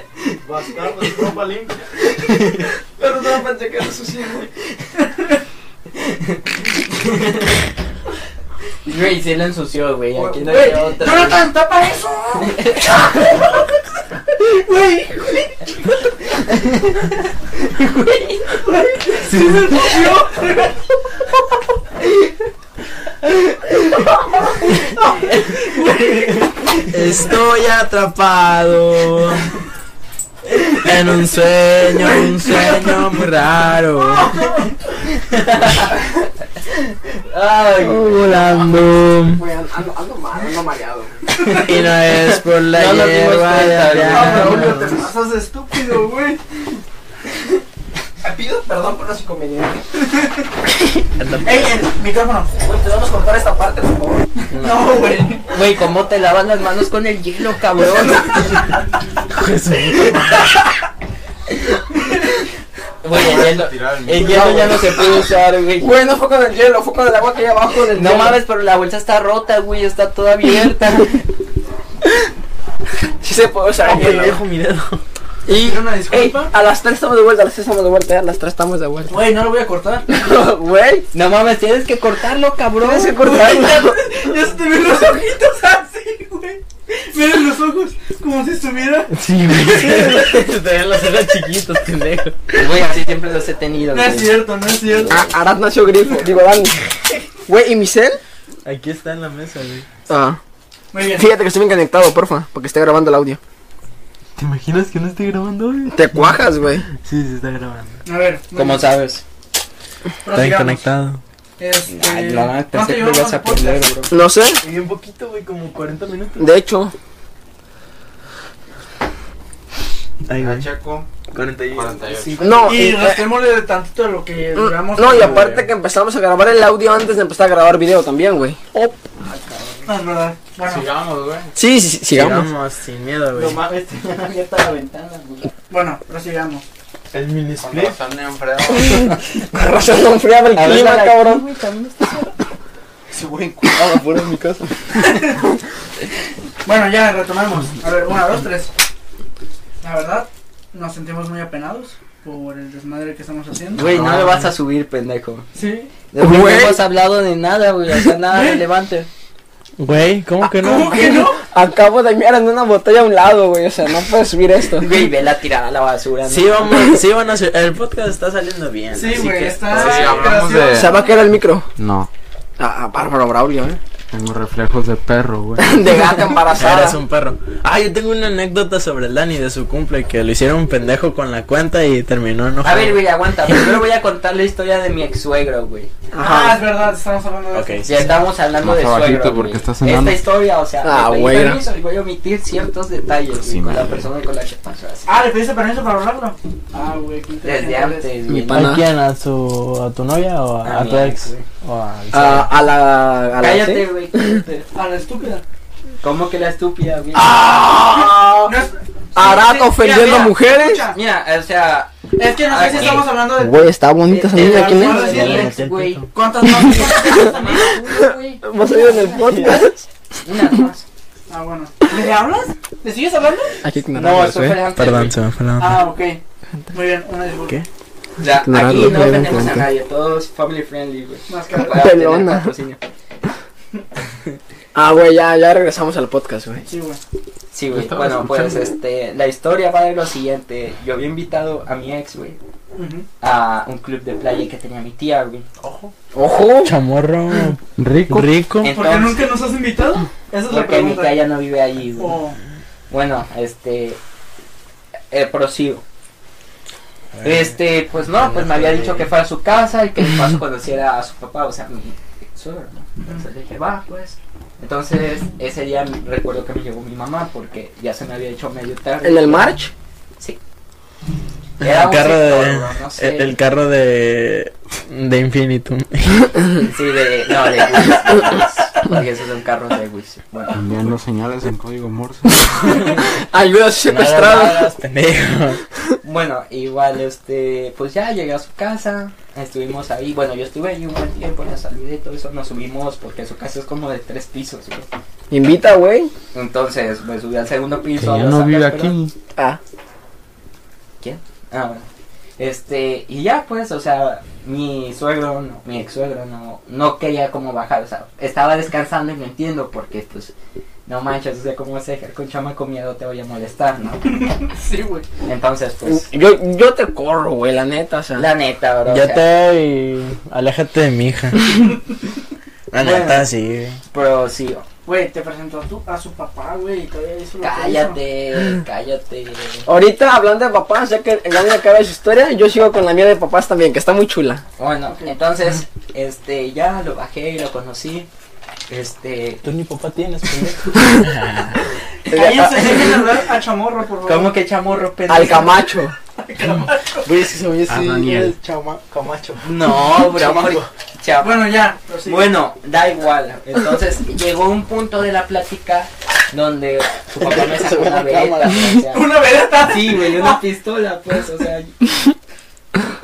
S7: Bastardo, ropa limpia.
S3: Pero no pensé que era sucio.
S4: Güey, se lo ensució, güey. Aquí no
S1: Güey,
S4: hay otra.
S1: Jonathan, tapa eso. Güey,
S2: Estoy atrapado en un sueño, un sueño muy raro.
S4: Ay,
S2: Volando.
S3: Güey, ando, ando- ando mal, ando mareado.
S2: Y no es por la
S4: No nos dimos
S2: hierba de
S4: cuenta,
S2: allá.
S4: güey.
S1: te pasas de estúpido, güey.
S3: Pido perdón por los inconvenientes.
S1: Ey, el micrófono.
S3: Güey, podemos cortar esta parte, por favor.
S1: No, güey.
S4: Güey, ¿cómo te lavas las manos con el hielo, cabrón? Güey, el hielo,
S6: Tirar el
S4: el hielo ya no se puede usar, güey.
S3: Güey, no fue con el hielo, fue con el agua que hay abajo del
S4: No
S3: hielo.
S4: mames, pero la bolsa está rota, güey, está toda abierta.
S3: Sí se puede usar el hielo.
S2: mi dedo.
S3: Y,
S1: Una
S3: ey,
S1: disculpa.
S3: a las 3 estamos de vuelta, a las 3 estamos de vuelta, eh, a las 3 estamos de vuelta.
S1: Güey, no lo voy a cortar.
S3: Güey,
S4: No mames, tienes que cortarlo, cabrón.
S3: tienes que cortarlo.
S1: Ya se te ven los ojitos así, güey. Miren los ojos, como si estuviera.
S2: Sí, güey. Te ven los ojos chiquitos, pendejo.
S4: Güey, así siempre los he tenido,
S1: No es
S4: güey.
S1: cierto, no es cierto.
S3: Ah, Arad Nacho Grifo, digo Dani. Güey, ¿y mi cel?
S2: Aquí está en la mesa, güey.
S3: Ah,
S1: Muy bien.
S3: fíjate que estoy bien conectado, porfa, porque esté grabando el audio.
S5: ¿Te imaginas que no esté grabando, güey?
S3: Te cuajas, güey.
S5: Sí, sí está grabando.
S1: A ver.
S4: Como sabes?
S2: Está
S1: Prosigamos.
S2: conectado.
S1: Este,
S4: Ay, la verdad,
S1: ¿cuánto
S4: pensé que
S1: llevamos
S4: lo ibas
S1: de
S4: a perder,
S1: podcast?
S4: bro.
S3: No sé,
S7: Y un poquito, güey, como 40 minutos.
S3: de hecho,
S2: Ahí, güey.
S6: Chaco, 48.
S3: no.
S1: Y
S3: eh,
S1: restémosle de tantito de lo que duramos.
S3: no, y aparte que empezamos a grabar el audio antes de empezar a grabar video también, güey.
S1: No, es verdad. Bueno,
S6: Sigamos, güey.
S3: Sí, sí, sí, sigamos.
S2: Sigamos sin miedo,
S7: No
S2: güey.
S7: mames, tenía abierta la ventana, güey.
S1: bueno, prosigamos.
S7: El mini
S6: Con razón, Alfredo.
S3: Con razón no enfriaba el
S4: A ver,
S3: clima,
S4: dale.
S3: cabrón.
S7: Se güey enculado fuera de mi casa.
S1: Bueno, ya retomamos. A ver, una, dos, tres. La verdad, nos sentimos muy apenados por el desmadre que estamos haciendo.
S4: Güey, no lo vas a subir, pendejo.
S1: Sí.
S4: No
S3: Güey.
S4: hemos hablado de nada, güey, o sea, nada relevante.
S2: Güey, ¿cómo que no?
S1: ¿Cómo que no?
S3: Acabo de mirar en una botella a un lado, güey. O sea, no puedes subir esto.
S4: Güey, ve la tirada a la basura, ¿no?
S2: Sí, vamos, sí van a su- El podcast está saliendo bien.
S1: Sí,
S2: así
S1: güey,
S2: que-
S1: está.
S6: Sí, hablamos
S1: gracioso.
S6: de-
S3: Se va a caer el micro.
S5: No,
S3: Ah, Bárbaro Braulio, eh.
S5: tengo reflejos de perro, güey.
S3: De gata embarazada.
S2: Eres un perro. Ah, yo tengo una anécdota sobre el Dani de su cumple que lo hicieron un pendejo con la cuenta y terminó enojado.
S4: A ver, güey, aguanta. Primero voy a contar la historia de mi ex suegro, güey.
S1: Ah,
S3: Ajá.
S1: es verdad, estamos hablando de
S2: Ok,
S1: eso.
S2: sí.
S4: Ya estamos hablando
S5: Más
S4: de
S5: abajito
S4: suegro.
S5: porque
S4: güey.
S5: está cenando.
S4: Esta historia, o sea,
S3: Ah,
S4: le pedí
S3: güey, era-
S4: permiso y voy a omitir ciertos detalles güey,
S5: Sí,
S4: con la
S5: madre.
S4: persona con la que pasó así.
S1: Ah, ¿le pediste permiso para hablarlo? Ah, güey, qué
S4: Desde
S1: interesante.
S4: antes,
S3: Mi
S4: güey.
S3: pana. ¿A quién?
S2: ¿A, su, ¿A tu novia o
S4: a- a tu ex?
S3: Ah, a la. A la
S4: Cállate,
S3: ¿sí?
S4: güey. cállate.
S1: A la estúpida.
S4: ¿Cómo que la estúpida, güey?
S3: Ah,
S1: No es-
S3: Arat ofendiendo
S1: mira,
S3: a mujeres.
S1: escucha,
S4: Mira, o sea,
S1: Es que no sé si
S4: Aquí.
S1: estamos hablando de.
S3: Güey, está bonita esa
S4: eh,
S3: niña.
S4: eh,
S3: ¿Quién
S4: no,
S3: es?
S1: sí.
S4: el ex, güey.
S1: ¿Cuántas más? ¿Cuántas más?
S3: ¿Vas a ir en el podcast?
S4: Una más.
S1: Ah, bueno. ¿Le hablas? ¿Le sigues hablando?
S3: Aquí
S4: No, eso fue antes.
S2: Perdón, se me fue la onda.
S1: Ah, ok. Muy bien, una disculpa.
S2: ¿Qué?
S4: O sea, aquí
S3: Claro,
S4: no
S3: lo tuvieron en
S4: tenemos a
S3: cuenta.
S4: nadie, todos family friendly, güey.
S1: Más que
S4: Para
S3: Pelona.
S4: tener patrocinio.
S3: Ah, güey, ya, ya regresamos al podcast, güey.
S1: Sí, güey.
S4: Sí, güey. Bueno, pues este, la historia va de lo siguiente. Yo había invitado a mi ex, güey,
S1: Ujú.
S4: a un club de playa que tenía mi tía, güey.
S3: Ojo.
S2: Chamorro
S5: Rico.
S2: rico.
S1: ¿Por qué
S4: Entonces,
S1: nunca nos has invitado? Esa es la
S4: porque mi
S1: pregunta.
S4: tía ya no vive allí, güey.
S1: Oh,
S4: Bueno, este. Eh, prosigo. Este, pues no, pues me había dicho que fuera a su casa y que de paso conociera a su papá, o sea, mi suegro, ¿no? Entonces le dije, va, pues. Entonces, ese día me- recuerdo que me llegó mi mamá porque ya se me había hecho medio tarde.
S3: ¿En el March?
S4: Era
S2: El
S4: un
S2: carro
S4: sector,
S2: de.
S4: bro, no sé.
S2: El, el carro de. De Infinitum.
S4: Sí, de. No, de Wiz. Porque esos son carros de Wiz. Bueno.
S5: Envían los señales en código Morse.
S3: Ayuda
S4: Nada,
S3: secuestrada.
S4: nada,
S2: pendejo.
S4: Bueno, igual, este, pues ya llegué a su casa, estuvimos ahí, bueno, yo estuve ahí un buen tiempo, la saludé y todo eso, nos subimos porque su casa es como de tres pisos, güey.
S3: Invita, güey.
S4: Entonces, me subí al segundo
S5: Que
S4: piso.
S5: ya
S4: lo
S5: no
S4: saqué,
S5: vive
S4: pero-
S5: aquí.
S3: Ah.
S4: Ah, bueno. Este, y ya pues, o sea, mi suegro, no, mi ex suegro no, no quería como bajar, o sea, estaba descansando y no entiendo porque pues, no manches, o sea, cómo vas a dejar con chamaco miedo te voy a molestar, ¿no?
S1: Sí, güey.
S4: Entonces, pues,
S3: Yo, yo te corro, güey, la neta,
S5: Uh.
S3: o sea.
S4: la neta, bro, o
S2: Ya
S4: sea,
S2: te y aléjate de mi hija. La
S4: Bueno.
S2: neta, sí.
S4: pero sí,
S1: Güey, te presentó a, tu, a su papá, güey, y todavía hizo lo que
S4: cállate, cállate.
S3: Ahorita hablando de papás, ya que el Dani acaba su historia, yo sigo con la mía de papás también, que está muy chula.
S4: Bueno, entonces, este, ya lo bajé y lo conocí, este,
S2: Tú ni papá tienes,
S1: hizo. Cállense, dejen hablar al chamorro, por favor.
S4: ¿cómo que chamorro, pendejo?
S3: Al Camacho.
S7: Güey, es que se me
S2: A Daniel.
S7: el chama, camacho.
S4: No, bro,
S7: Chamaco.
S4: por- cha-
S1: Bueno, ya. prosigue.
S4: Bueno, da igual. Entonces llegó un punto de la plática donde su papá me sacó una vereta. o sea,
S1: Una vereta.
S4: sí, güey, una pistola, pues, o sea.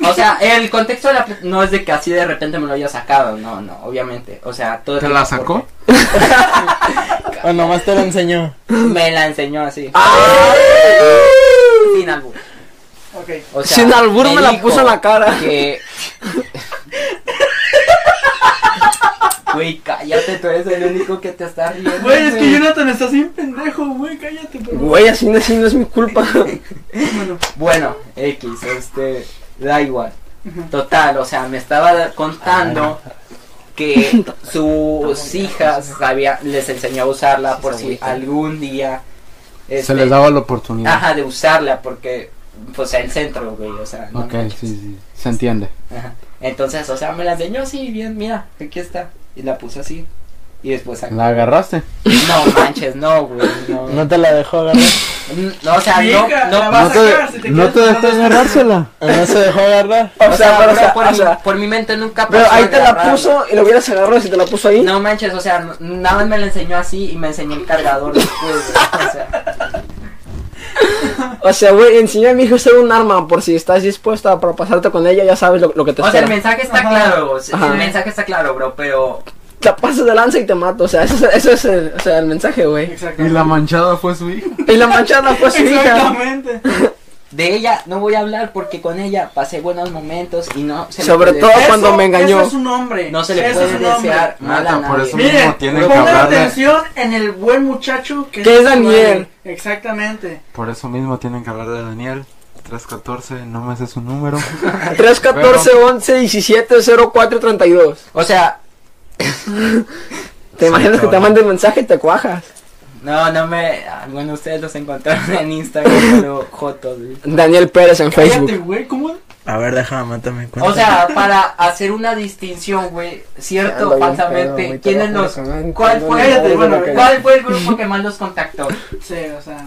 S4: O sea, el contexto de la pl- no es de que así de repente me lo haya sacado, no, no, obviamente. O sea, todo.
S5: ¿Te
S4: el
S5: la
S4: tiempo
S5: sacó?
S2: O nomás te lo enseñó.
S4: porque Me la enseñó así.
S3: Ah.
S4: Sin albur.
S1: Ok.
S4: O sea,
S3: Sin albur me la
S4: dijo
S3: puso en la cara.
S4: Que. Güey, cállate, tú eres el único que te está riendo.
S1: Güey, es que Jonathan está bien pendejo, güey, cállate, por favor.
S3: Güey, así no, así no es mi culpa.
S1: Bueno,
S4: Bueno, X, este, da igual.
S1: Ujú.
S4: Total, o sea, me estaba contando que sus hijas sabía, les enseñó a usarla por si algún día
S5: Se
S4: este,
S5: les daba la oportunidad.
S4: ajá, de usarla porque pues el centro, güey, o sea, no
S5: Ok,
S4: manches.
S5: sí, sí. Se entiende.
S4: Ajá. Entonces, o sea, me la enseñó así bien, mira, aquí está y la puse así. Y después acá.
S5: ¿La agarraste?
S4: No manches, no, güey, no. Mm,
S2: No te la dejó agarrar.
S4: No, o sea, no,
S1: Vieja,
S4: no
S1: la
S5: No
S1: vas a
S5: te,
S1: sacar si te
S5: no
S1: quedas
S5: te
S1: con
S5: dejaste
S1: la-
S5: agarrársela.
S2: Ah, No se dejó agarrar.
S3: O sea,
S4: O sea,
S3: pero, o
S4: bro,
S3: sea,
S4: por,
S3: o
S4: mi,
S3: sea,
S4: por mi mente nunca pasó.
S3: pero ahí te la
S4: agarrarlo.
S3: puso y lo hubieras agarrado si te la puso ahí.
S4: No manches, o sea, n- nada más me la enseñó así y me enseñó el cargador después. güey, O sea,
S3: O sea, güey, enseña a mi hijo a hacer un arma por si estás dispuesta para pasarte con ella, ya sabes lo, lo que te
S4: o sea,
S3: espera.
S4: el mensaje está
S1: Ajá.
S4: claro, o sea,
S3: Ajá.
S4: el mensaje está claro, bro, pero
S3: Te pasas de lanza y te mato, o sea, eso es, eso es el, o sea, el mensaje, güey.
S5: Y
S1: Exactamente.
S5: la manchada fue su hija.
S3: Y la manchada fue su hija.
S1: Exactamente.
S4: de ella no voy a hablar porque con ella pasé buenos momentos y no se
S3: Sobre
S4: le
S3: todo-
S4: puede,
S3: cuando me engañó.
S1: Eso es un hombre.
S4: no se le
S1: eso
S4: puede
S1: es un hombre.
S4: desear mal a
S5: Neta, por
S4: nadie.
S5: eso-
S1: Miren,
S5: Mismo tienen que
S1: pongan
S5: hablarle.
S1: atención en el buen muchacho que
S3: Que es
S1: su
S3: Daniel.
S1: madre. Exactamente.
S5: Por eso mismo tienen que hablar de Daniel. 314, no me sé su número.
S3: 3, 14, 11, 17, 04, 32.
S4: O sea,
S3: ¿Te imaginas que te
S2: cabrón.
S3: manden mensaje y te cuajas?
S4: no, no me. ah, Bueno, ustedes los encontraron en Instagram, pero Jotos, güey.
S3: Daniel Pérez en
S1: Cállate,
S3: Facebook.
S1: güey, ¿cómo?
S2: A ver, déjame matarme cuenta.
S4: O sea, para hacer una distinción, güey, cierto,
S3: Ando bien pedo,
S4: falsamente,
S3: güey,
S4: ¿quiénes
S3: te lo
S4: los.
S3: juro que me
S4: ¿Cuál
S3: entiendo
S4: fue,
S3: nada de lo
S4: bueno,
S3: que-
S4: ¿Cuál fue el grupo que más los contactó?
S1: Sí, o sea,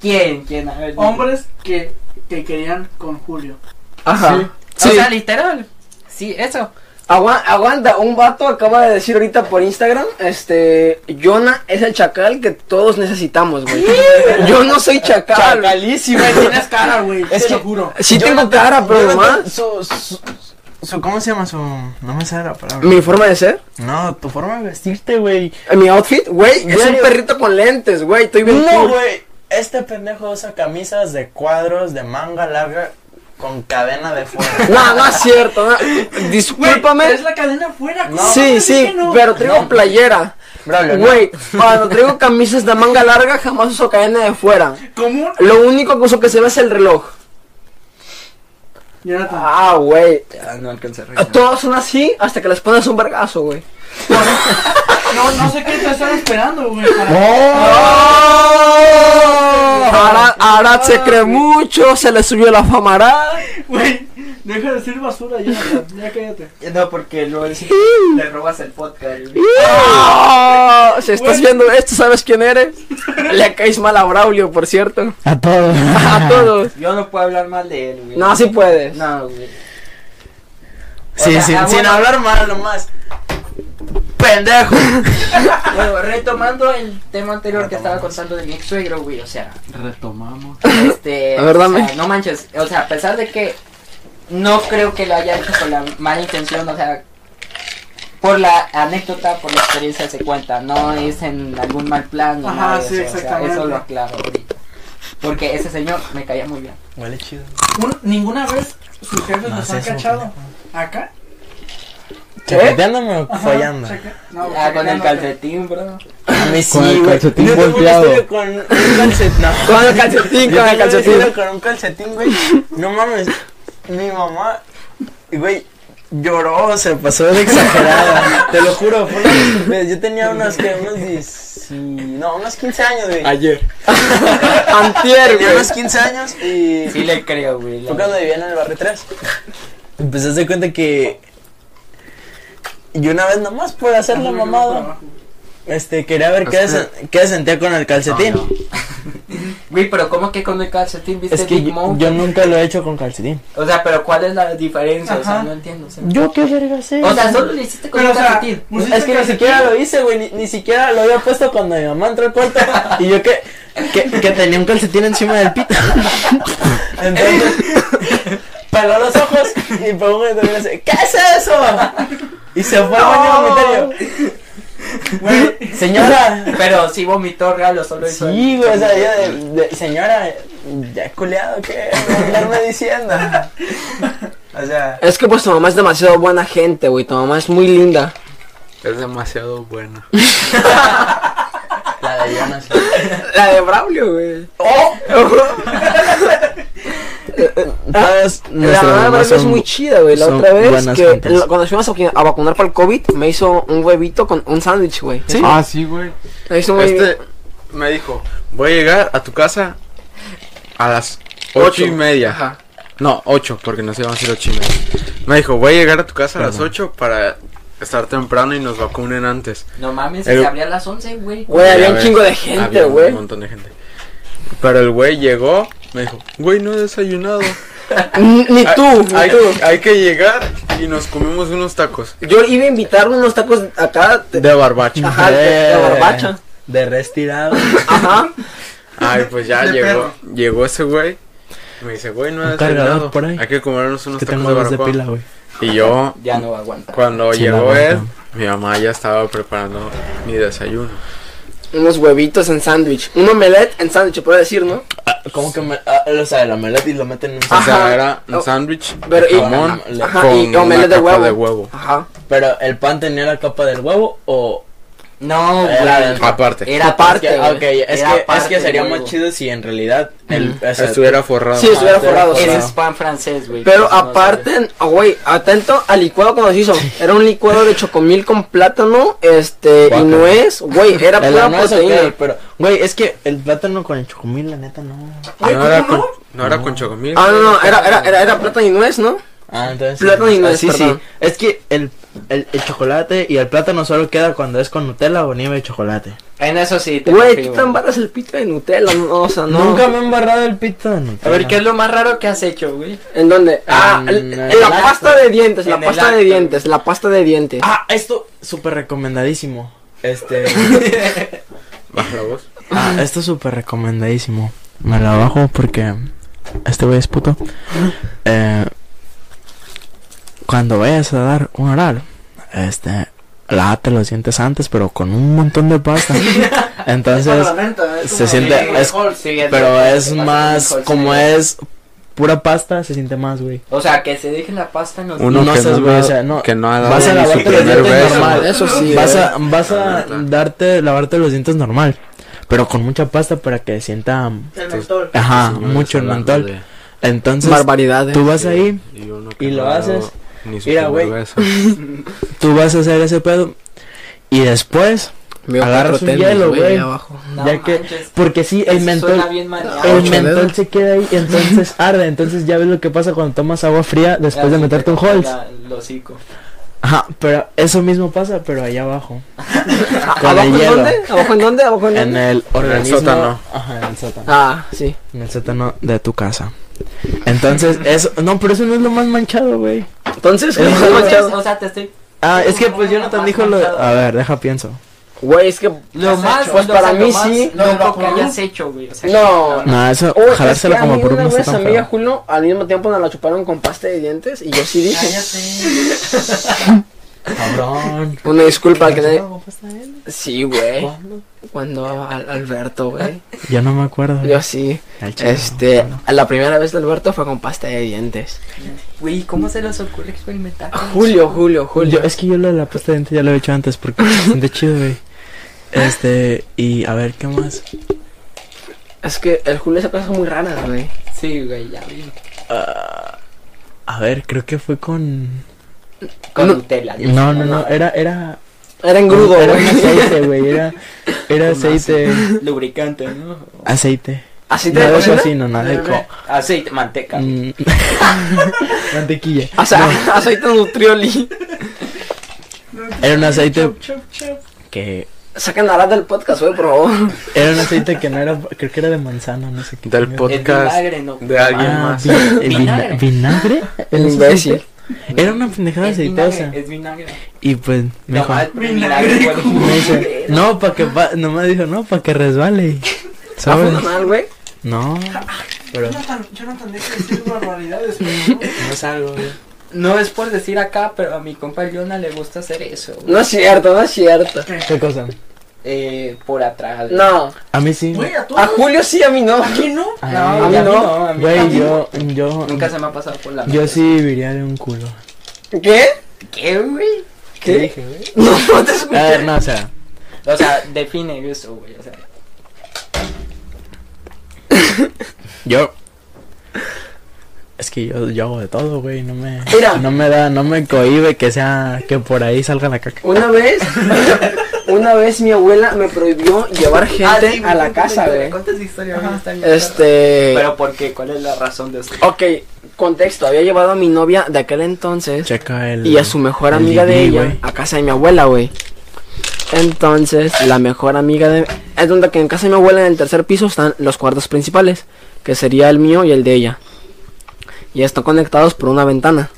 S4: ¿Quién? ¿Quién? A ver, dime.
S1: hombres que que querían con Julio.
S3: Ajá.
S4: O
S3: Sí.
S4: sea, literal. Sí, eso.
S3: Agua- aguanta, un vato acaba de decir ahorita por Instagram, este, Jonah es el chacal que todos necesitamos, güey. Yo no soy chacal.
S7: Chacalísimo.
S1: Güey, tienes cara, güey,
S7: Es
S1: te
S7: que-
S1: lo juro.
S3: Sí tengo cara, pero nomás.
S2: Su, su, su- ¿Cómo se llama su.? No me sale la palabra.
S3: Mi forma de ser,
S2: No, tu forma de vestirte, güey.
S3: mi outfit, güey, es un
S2: Diario.
S3: perrito con lentes, güey, estoy bien
S2: No,
S3: cool.
S2: güey. Este pendejo usa camisas de cuadros de manga larga con cadena de fuego.
S3: No, no es cierto. no.
S1: Güey,
S3: Discúlpame.
S1: Es la cadena afuera. ¿cómo te
S3: sí,
S1: dije
S3: sí,
S1: que no?
S3: pero traigo playera.
S2: Bro, lo-
S3: Güey, cuando traigo camisas de manga larga jamás uso cadena de fuera.
S1: ¿Cómo?
S3: Lo único que uso que se ve es el reloj.
S1: Jonathan.
S3: Ah, güey.
S4: Ya no alcancé a
S3: Todas son así hasta que les pones un vergazo, güey.
S1: No, no sé qué te están esperando, güey. para-
S3: ¡Oh! Ahora, ahora se cree mucho, se le subió la fama a Arad.
S1: Güey, deja de decir basura, Jonathan. Ya cállate.
S4: No, porque luego dice, le robas el podcast. güey.
S3: Ah, Si estás
S1: Güey.
S3: viendo esto, ¿sabes quién eres? Le caes mal a Braulio, por cierto.
S2: A todos.
S3: A todos.
S4: Yo no puedo hablar mal de él, güey.
S3: No, sí puedes.
S4: No, güey.
S2: Sí,
S4: O sea,
S2: sí,
S4: ah,
S2: sin
S4: bueno.
S2: hablar mal nomás. Pendejo.
S4: Bueno, retomando el tema anterior que estaba contando de mi ex suegro, güey, o sea,
S5: Retomamos.
S4: este.
S3: A ver,
S4: o sea,
S3: dame.
S4: no manches, o sea, a pesar de que no creo que lo haya hecho con la mala intención, o sea, por la anécdota, por la experiencia se cuenta, no es en algún mal plan ni
S1: Ajá,
S4: nada de
S1: sí,
S4: eso, o sea,
S1: exactamente.
S4: eso lo aclaro ahorita. Porque ese señor me caía muy bien.
S2: Huele chido.
S1: Un- ninguna vez sus jefes
S2: No,
S1: nos
S2: sí,
S1: han
S2: es un
S1: cachado. ¿Acá?
S2: ¿Chapeteándome o
S1: Ajá,
S2: follando?
S1: checa- No,
S4: ah, con el
S1: chequeándote.
S4: calcetín, bro.
S2: A mí
S5: Con el
S2: güey.
S5: calcetín
S2: Yo tengo un
S5: volteado.
S2: estudio Con un calcetín. No.
S3: Con el calcetín,
S2: Yo
S3: con el
S2: tengo un
S3: calcetín.
S2: estudio Con un calcetín, güey. No mames. Mi mamá, güey, lloró, se pasó de exagerada. Te lo juro. Fue una estupidez. Yo tenía unos, que unos 10. No, unos 15 años, güey.
S3: Ayer.
S2: Antier, güey. unos 15 años y.
S4: Sí le creo, güey. la
S2: Fue cuando vivía en el barrio 3. Empecé a hacer cuenta que. Y una vez nomás por hacer la mamada. Este, quería ver qué,
S5: Es
S2: se- qué sentía con el calcetín.
S4: Ah,
S5: No, no.
S4: Güey, pero ¿cómo que con el calcetín viste
S2: Es que
S4: Big
S2: yo,
S4: Mouth?
S2: yo nunca lo he hecho con calcetín.
S4: O sea, pero ¿cuál es la diferencia? O sea,
S1: Ajá.
S4: no entiendo. O sea,
S2: Yo qué verga sé.
S4: o sea, solo le hiciste con
S1: Pero,
S4: el
S1: o sea, pues,
S4: calcetín.
S1: pusiste
S2: es que ni
S1: calcetín.
S2: siquiera lo hice, güey, ni, ni siquiera lo había puesto cuando mi mamá entró al cuarto y yo que, que, que tenía un calcetín encima del pito. Entonces, peló los ojos y pongo que también así, ¿qué es eso? Y se fue al baño a vomitar y yo, señora,
S4: Pero sí vomitó real o solo hizo.
S2: Sí, güey, o sea, yo de, de- señora, ya he culeado, ¿qué? Andarme diciendo. O sea,
S3: Es que pues tu mamá es demasiado buena gente, güey. Tu mamá es muy linda.
S7: Es demasiado bueno.
S2: la de Diana sí.
S3: La de Braulio, güey.
S2: ¡Oh! Todas Ah,
S3: La
S2: nuestras
S3: mamá de
S2: mamás
S3: Braulio es
S2: son-
S3: muy chida, güey. La
S2: son
S3: otra vez
S2: buenas
S3: que
S2: gentes.
S3: la- cuando nos fuimos a, vacu- a vacunar para el COVID, me hizo un huevito con un sándwich, güey.
S2: Sí.
S5: Ah, sí, güey.
S3: Me hizo un
S7: Este
S3: huevito.
S7: me dijo, voy a llegar a tu casa a las ocho y media.
S3: Ajá.
S7: No, 8, porque no se iban a ser 8 y media. Me dijo, voy a llegar a tu casa a las 8 para estar temprano y nos vacunen antes.
S4: No mames,
S7: El-
S4: se abría a las 11, güey.
S3: Güey, había
S7: Ya
S3: un
S7: ves,
S3: chingo de
S7: había
S3: gente,
S7: un
S3: güey.
S7: montón de gente. Pero el güey llegó, me dijo, güey, no he desayunado.
S3: Ni ni
S7: Hay-
S3: tú, ni
S7: hay,
S3: tú.
S7: hay que llegar y nos comimos unos tacos
S3: Yo iba a invitar unos tacos acá. te-
S7: de barbacha.
S3: Ajá, de, de barbacha.
S2: De restirado.
S3: Ajá.
S7: Ay, pues ya
S1: De
S7: llegó, llegó ese güey. Me dice, güey, no he
S2: Un cargador
S7: desayunado.
S2: por ahí.
S7: Hay que comernos unos
S2: que
S7: tacos
S2: tengo
S7: de
S2: dos de
S7: barbacha.
S2: pila, güey.
S7: Y yo
S4: Ya no aguanta.
S7: Cuando
S2: Sí,
S7: llegó
S2: la
S7: él,
S2: neta.
S7: mi mamá ya estaba preparando mi desayuno.
S3: Unos huevitos en sándwich. Un omelette en sándwich, puedo decir, ¿no?
S2: ¿Cómo que me, ah, o sea, la meleta y lo meten en un
S7: O
S2: sal-
S3: Ajá.
S7: sea, era un
S3: Oh.
S7: sándwich
S3: Pero
S7: de
S3: y-
S7: jamón
S3: Ajá,
S7: con
S3: y omelette
S7: una
S3: de
S7: capa
S3: huevo.
S7: de huevo.
S3: Ajá.
S2: Pero el pan tenía la capa del huevo o
S4: No, güey.
S2: Era-
S7: Aparte,
S3: Eh,
S4: Era
S3: Aparte,
S4: aparte.
S2: es que, ah,
S4: güey.
S2: ok, es
S4: Era
S2: que, es
S4: aparte
S2: que sería
S4: del
S2: más
S4: huevo.
S2: chido si en realidad el, o sea,
S7: estuviera forrado.
S3: Sí, estuviera forrado.
S2: forrado.
S4: Ese es pan francés, güey.
S3: Pero
S4: Pues no
S3: aparte, ah, güey, atento al licuado que nos hizo. Era un licuado de chocomil con plátano, este, y
S2: Guácala.
S3: nuez. Güey, era
S2: el
S3: pura
S2: ananas, ok,
S3: proteína.
S2: pero güey, es que el plátano con el chocomil la neta no.
S1: Güey,
S7: No era
S1: ¿cómo
S7: con,
S1: no?
S7: no era con chocomil.
S3: Ah, no, no, era, era, era, era plátano y nuez, ¿no?
S2: Ah, entonces
S3: Plátano y
S2: Ah,
S3: nuez,
S2: sí, sí.
S3: perdón.
S2: Es que el, el, el chocolate y el plátano solo queda cuando es con Nutella o nieve de chocolate.
S4: sé. En eso sí, te
S3: Güey, tú
S4: confío,
S3: te embarras el pito de Nutella, no, o sea, no.
S2: Nunca me he embarrado el pito de
S4: A
S2: Nutella.
S4: ver, ¿qué es lo más raro que has hecho, güey?
S3: ¿En dónde? Ah,
S2: En
S3: el-
S2: el
S3: en la
S2: acto.
S3: pasta de dientes, la
S4: En el
S3: pasta de
S4: acto.
S3: dientes, la pasta de dientes.
S2: Ah, esto súper recomendadísimo. Este
S7: Baja la voz.
S2: Ah, esto es súper recomendadísimo. Me la bajo porque este güey es puto. Eh, cuando vayas a dar un oral, este, lávate los dientes antes, pero con un montón de pasta. Entonces,
S4: ¿eh?
S2: se siente- es- pero es más, como es pura pasta, se siente más, güey.
S4: O sea, que se deje la pasta en los
S2: Uno
S4: dientes.
S2: que no
S7: ha-
S2: o sea, no,
S7: que no ha dado
S2: vas
S7: ni
S2: a
S7: su
S2: lavarte los
S7: primer
S2: dientes
S7: beso.
S2: normal.
S3: Eso sí.
S2: vas
S3: eh.
S2: a, vas
S7: La
S2: a
S7: neta.
S2: darte, lavarte los dientes normal, pero con mucha pasta para que sienta,
S1: El doctor.
S2: ajá,
S7: Señores,
S2: Ah, mucho el
S7: hablando
S2: mentol.
S7: de-
S2: Entonces,
S3: Barbaridades.
S2: tú vas ahí,
S7: Y, uno
S2: Y lo
S7: no ha dado
S2: haces.
S7: Ni su
S2: Mira,
S7: primer
S2: güey.
S7: beso.
S2: tú vas a hacer ese pedo y después,
S3: Veo
S2: agarras
S3: cuatro
S2: un
S3: tenis,
S2: hielo, güey.
S3: ahí abajo.
S4: No
S2: ya que,
S4: manches,
S2: porque sí, el
S4: eso
S2: mentol,
S4: Suena bien maniado.
S2: el
S3: Ocho
S2: mentol
S3: dedos.
S2: se queda ahí y entonces arde, entonces ya ves lo que pasa cuando tomas agua fría después de
S4: Así
S2: meterte un
S4: te corta
S2: Halls.
S4: la- El hocico.
S2: Ajá, pero eso mismo pasa, pero allá abajo, con
S3: ¿Abajo
S2: el
S3: en
S2: hielo,
S3: dónde? ¿Abajo en dónde? ¿Abajo en
S2: en
S3: dónde?
S2: el organismo,
S7: sótano.
S2: ajá, en el sótano,
S3: Ah, sí.
S2: en el sótano de tu casa. Entonces, eso, no, pero eso no es lo más manchado, güey.
S3: Entonces, ¿cómo se
S4: Entonces,
S3: manchado?
S4: o sea, te estoy.
S2: Ah, es que pues Jonathan dijo lo A ver, deja pienso.
S3: Güey, es que.
S4: Lo más.
S3: Pues
S4: lo-
S3: para
S4: o sea, lo
S3: mí
S4: más
S3: sí.
S4: Loco que hayas hecho, güey. O sea,
S3: No.
S2: No, eso,
S3: Oye, es
S2: jalárselo
S3: que a
S2: como
S3: mí
S2: por un
S3: una
S2: no está
S3: vez a
S2: tan
S3: mí y a
S2: feo.
S3: Julio al mismo tiempo nos la chuparon con pasta de dientes y yo sí dije.
S1: Cállate.
S2: Cabrón.
S3: Una disculpa que le...
S2: ¿Cómo está él?
S3: Sí, güey.
S2: ¿Cuándo?
S3: Cuando Al- Alberto, güey.
S2: Yo no me acuerdo.
S3: Yo sí.
S2: Al chile,
S3: Este,
S2: no.
S3: la primera vez de Alberto fue con pasta de dientes.
S4: Güey, ¿cómo se les ocurre experimentar? con
S3: Julio, Julio, Julio.
S2: Yo- es que yo lo de la pasta de dientes ya lo he hecho antes porque se siente chido, güey. Este, y a ver, ¿qué más?
S3: Es que el Julio hace cosas muy raras, güey.
S4: eso? Sí, güey, ya vi.
S2: Ah, a ver, creo que fue con.
S4: Con
S3: No.
S4: Nutella. dice.
S2: No, no, no, era. Era,
S3: Era engrudo,
S2: era un
S3: güey.
S2: aceite, güey. Era, era aceite.
S4: Lubricante, ¿no?
S2: Aceite.
S3: Así te
S2: Nada de
S3: cocina?
S2: cocina, nada de co.
S4: Aceite, manteca.
S2: Mm. Mantequilla.
S3: O sea, aceite nutrioli.
S2: Era un aceite que.
S3: Sacan a la del podcast, güey, por favor.
S2: Era un aceite que no era. Creo que era de manzana, no sé qué.
S7: Del
S2: chingados.
S4: Es
S7: podcast
S4: vinagre, ¿no?
S7: de alguien
S2: Ah,
S7: más.
S2: vi- eh,
S4: Vinagre.
S2: vina- ¿Vinagre?
S3: El
S2: ¿Eso
S3: imbécil.
S2: sí? Era una pendejada
S4: Es
S2: aceitosa.
S4: vinagre, ah, es vinagre.
S2: Y pues me dijo,
S4: Nomás vinagre,
S2: me
S4: güey.
S2: dice, no, para que pa- nomás dijo, no, para que resbale.
S3: Ah, fue
S2: ¿Sabes?
S3: mal, güey.
S2: No, pero
S1: Jonathan, Jonathan, deja de decir barbaridades, por favor.
S2: no es algo, güey.
S4: No es por decir acá, pero a mi compa Jonah le gusta hacer eso. güey.
S3: No es cierto, no es cierto.
S2: ¿Qué cosa?
S4: Eh, por atrás. güey.
S3: No.
S2: A mí sí.
S1: Güey, a
S3: A
S1: todos.
S3: Julio sí, a mí no.
S1: Ah, ¿A quién no?
S2: Ay,
S4: No,
S3: a mí
S4: ya
S3: no.
S4: a mí no.
S2: Güey, yo, yo,
S4: Nunca se me ha pasado por la
S2: yo
S4: mente.
S2: sí viviría de un culo.
S3: ¿Qué?
S4: ¿Qué, güey?
S2: ¿Qué
S3: ¿Qué?
S2: dije, güey?
S3: No, no te escuché.
S2: A ver, Ah, no, o sea,
S4: O sea, define eso, güey. O sea,
S2: yo. Es que yo, yo hago de todo, güey, no me,
S3: Mira.
S2: no me da, no me cohibe que sea, que por ahí salga la caca.
S3: Una vez, una vez mi abuela me prohibió
S4: Ah,
S3: llevar gente a la casa, güey.
S4: ¿Cuántas historias está bien?
S3: Este.
S4: Pero ¿por qué? ¿Cuál es la razón de esto?
S3: Ok, contexto. Había llevado a mi novia de aquel entonces
S2: Checa el.
S3: y a su mejor
S2: el
S3: amiga de
S2: DVD,
S3: ella
S2: güey.
S3: a casa de mi abuela, güey. Entonces, la mejor amiga de. Es donde que en casa de mi abuela, en el tercer piso, están los cuartos principales, que sería el mío y el de ella. Y están conectados por una ventana.